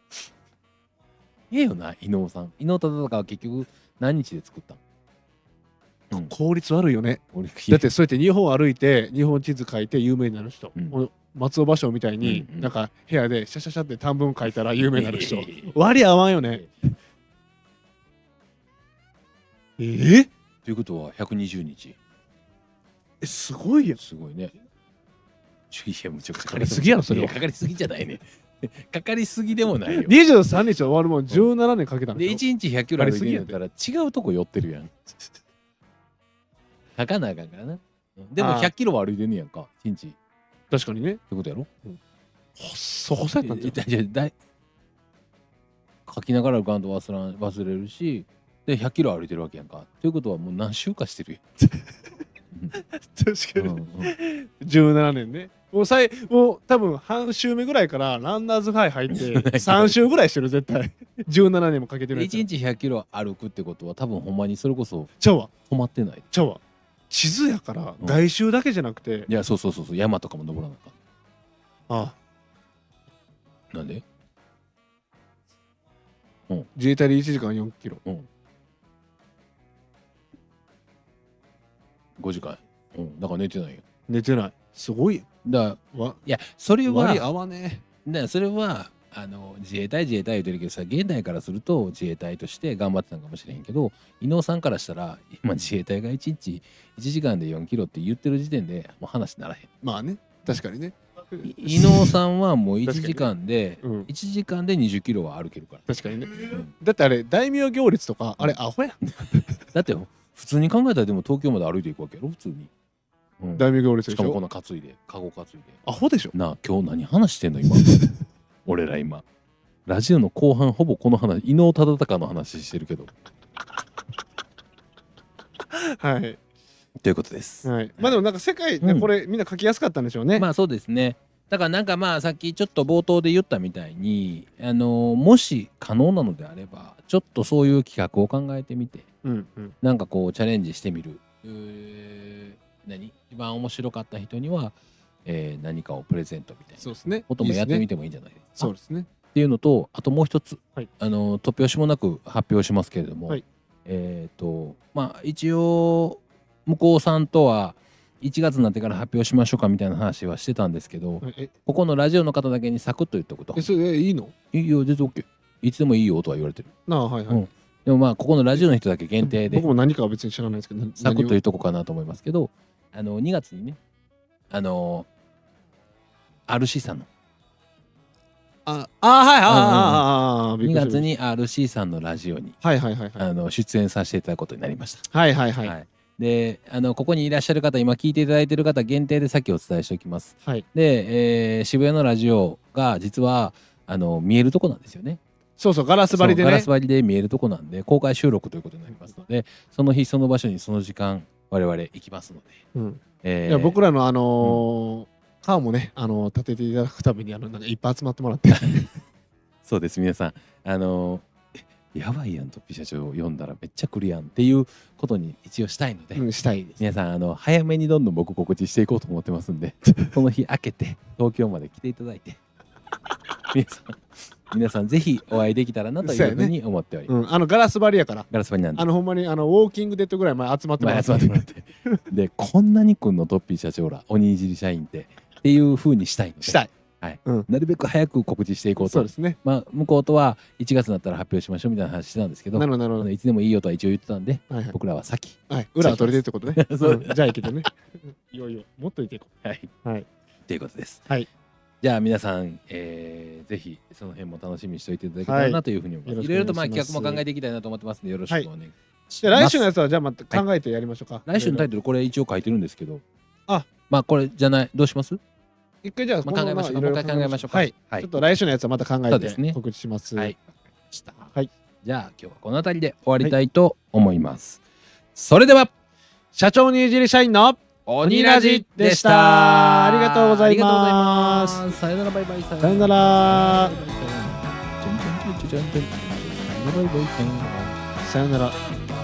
S2: ええよな伊能さん伊能忠敬は結局何日で作ったん
S1: 効率悪いよね。
S2: 俺
S1: だってそうやって日本歩いて、日本地図書いて有名になる人。
S2: うん
S1: 俺松尾芭蕉みたいに、
S2: うんうん
S1: なんか部屋でシャシャシャって短文書いたら有名になる 人
S2: いやいやいやいや。
S1: 割り合わんよね。えー
S2: ということは120日
S1: え、すごいやん。
S2: すごいねちょいやむちゃくちゃ
S1: かかりすぎやろそれはい
S2: かかりすぎじゃないね かかりすぎでもないよで
S1: 23日終わるもん17年かけたんでしょ
S2: 1日100キロ歩いてるんだったら違うとこ寄ってるやん書かなあかんからなうんでも
S1: あー
S2: 100キロは歩いてんねやんか1日
S1: 確かにね。
S2: ってことやろ
S1: 細細やったんじゃ
S2: えだいやだい書きながらガンと忘らん忘れるしで100キロ歩いてるわけやんかということはもう何周かしてる
S1: ん。確
S2: やん、うんうん
S1: 17年ね。もうさいもう多分半周目ぐらいからランナーズハイ入って3周 ぐらいしてる絶対17年もかけて
S2: で
S1: るやつ
S2: 1日100キロ歩くってことは多分ほんまにそれこそ
S1: ちゃうわ
S2: 止まってない
S1: ちゃうわ地図やから
S2: うん
S1: 外周だけじゃなくて、
S2: いやそうそうそうそう山とかも登らなあか
S1: あ
S2: んなんで
S1: 自衛隊で1時間4キロ
S2: 5時間うんだから寝てないよ
S1: 寝てないすごい
S2: だから
S1: わ
S2: いやそれは
S1: 割り合わね
S2: ねそれはあの自衛隊自衛隊言ってるけどさ現代からすると自衛隊として頑張ってたのかもしれへんけど伊能さんからしたら今自衛隊が1日1時間で4キロって言ってる時点でもう話にならへん
S1: えまあね確かにね
S2: い伊能さんはもう
S1: 確
S2: 1
S1: かにね
S2: 時間で
S1: うん
S2: 1時間で2 0キロは歩けるから、
S1: 確かにね
S2: うん
S1: だってあれ大名行列とかあれアホやん
S2: だって普通に考えたらでも東京まで歩いていくわけやろ普通に、うん
S1: 大名行列
S2: し
S1: で
S2: か
S1: し
S2: もこん
S1: ょ
S2: な担いでカゴ担いで
S1: アホでしょ
S2: なあ今日何話してん の今俺ら今ラジオの後半ほぼこの話伊能忠敬の話してるけど
S1: はい
S2: ということです、
S1: はいまあでもなんか世界でこれみんな書きやすかったんでしょうね、
S2: まあそうですねだからなんかまあさっきちょっと冒頭で言ったみたいにあのもし可能なのであればちょっとそういう企画を考えてみて
S1: うんうん
S2: なんかこうチャレンジしてみるうー何一番面白かった人には、えー何かをプレゼントみたいな
S1: そうですね
S2: こともやって
S1: いい
S2: み
S1: っすね
S2: てもいいんじゃないですか
S1: そうですね
S2: っていうのとあともう一つ、
S1: はい
S2: あの突拍子もなく発表しますけれども、
S1: はい
S2: えっ、とまあ一応向こうさんとは1月になってから発表しましょうかみたいな話はしてたんですけど、
S1: え
S2: ここのラジオの方だけにサクッと言っとくと
S1: えそれえいいの
S2: 「いいよ全然 OK いつでもいいよ」とは言われてる
S1: なあはいはい、
S2: うんでもまあここのラジオの人だけ限定で
S1: 僕も何かは別に知らないですけどな
S2: サク
S1: 何
S2: ッと言
S1: を
S2: っとこうかなと思いますけどあの2月にねあの RC さんの
S1: ああはいはいはいはいはいはいびっくり
S2: 2
S1: した
S2: 月に RC さんのラジオに
S1: はいはいはいはい
S2: あの出演させていただくことになりました。
S1: はいはいはい
S2: はいであのここにいらっしゃる方今聞いていただいている方限定でさっきお伝えしておきます。
S1: はい
S2: で、えー渋谷のラジオが実はあの見えるとこなんですよね。
S1: そうそうガラス張りで
S2: そうガ
S1: ね
S2: ラス張りで見えるとこなんで公開収録ということになりますのでその日その場所にその時間我々行きますので、
S1: うん
S2: えー
S1: いや僕らのあのーカーもねあのー立てていただくためにあのなんかいっぱい集まってもらって
S2: そうです皆さんあのえやばいやんとピ社長読んだらめっちゃ来るやんっていうことに一応したいので、
S1: うんしたいです
S2: 皆さんあの早めにどんどん僕告知していこうと思ってますん でその日明けて東京まで来ていただ いて皆さん皆さんぜひお会いできたらなとい
S1: そう
S2: う
S1: や
S2: ふう
S1: ね
S2: に思っております、
S1: うんあのガラス張りやから
S2: ガラス張りなんで
S1: あのほんまにあのウォーキングデッドぐらい前集まってもら
S2: ま
S1: っ
S2: あ
S1: て
S2: 集まってもらってでこんなにくんのトッピー社長らおにいじり社員ってっていうふうにしたいので
S1: したい
S2: なるべく早く告知していこう
S1: そう
S2: と
S1: ですね
S2: まあ向こうとは1月になったら発表しましょうみたいな話してたんですけど
S1: なるほどなる
S2: あ
S1: ほ
S2: のいつでもいいよとは一応言ってたんで
S1: どはいはい
S2: 僕らは先
S1: はい裏は取れてるってことね
S2: そう
S1: うんじゃあ行けてねいよいよもっといていこ
S2: はい、
S1: はい
S2: ということです。
S1: はい
S2: じゃあ皆さん、えーぜひその辺も楽しみにしておいていただけたら
S1: は
S2: ないというふうに思います。
S1: よろしくお願
S2: いろい
S1: い
S2: ろとまあ
S1: します
S2: 企画も考えていきたいなと思ってますのでよろしくお願いします。
S1: うじゃあ来週のやつはじゃあまた考えてやりましょうか
S2: 来週のタイトルこれ一応書いてるんですけど。
S1: あ
S2: まあこれじゃないどうします？
S1: 一回じゃあ
S2: まあ、考えましょう。
S1: こ
S2: も
S1: の
S2: う
S1: ま
S2: 一
S1: ま
S2: 回考えましょうか。
S1: はい
S2: はい
S1: ちょっと来週のやつはまた考
S2: そ
S1: え
S2: うですね
S1: て告知します。
S2: はい。した
S1: はい
S2: じゃあ今日はこの辺りで終わりたいと思います。それでは
S1: 社長にいじり社員の
S2: 鬼ラジでした。
S1: ありがとうございま
S2: あ
S1: す。
S2: りがとうございます。さよならバイバイ。さ
S1: さよなら。
S2: バイバイさよならバイバイ
S1: さよなら。
S2: さよならチュンチュンチュチュンチュンさよならバイバイさよなら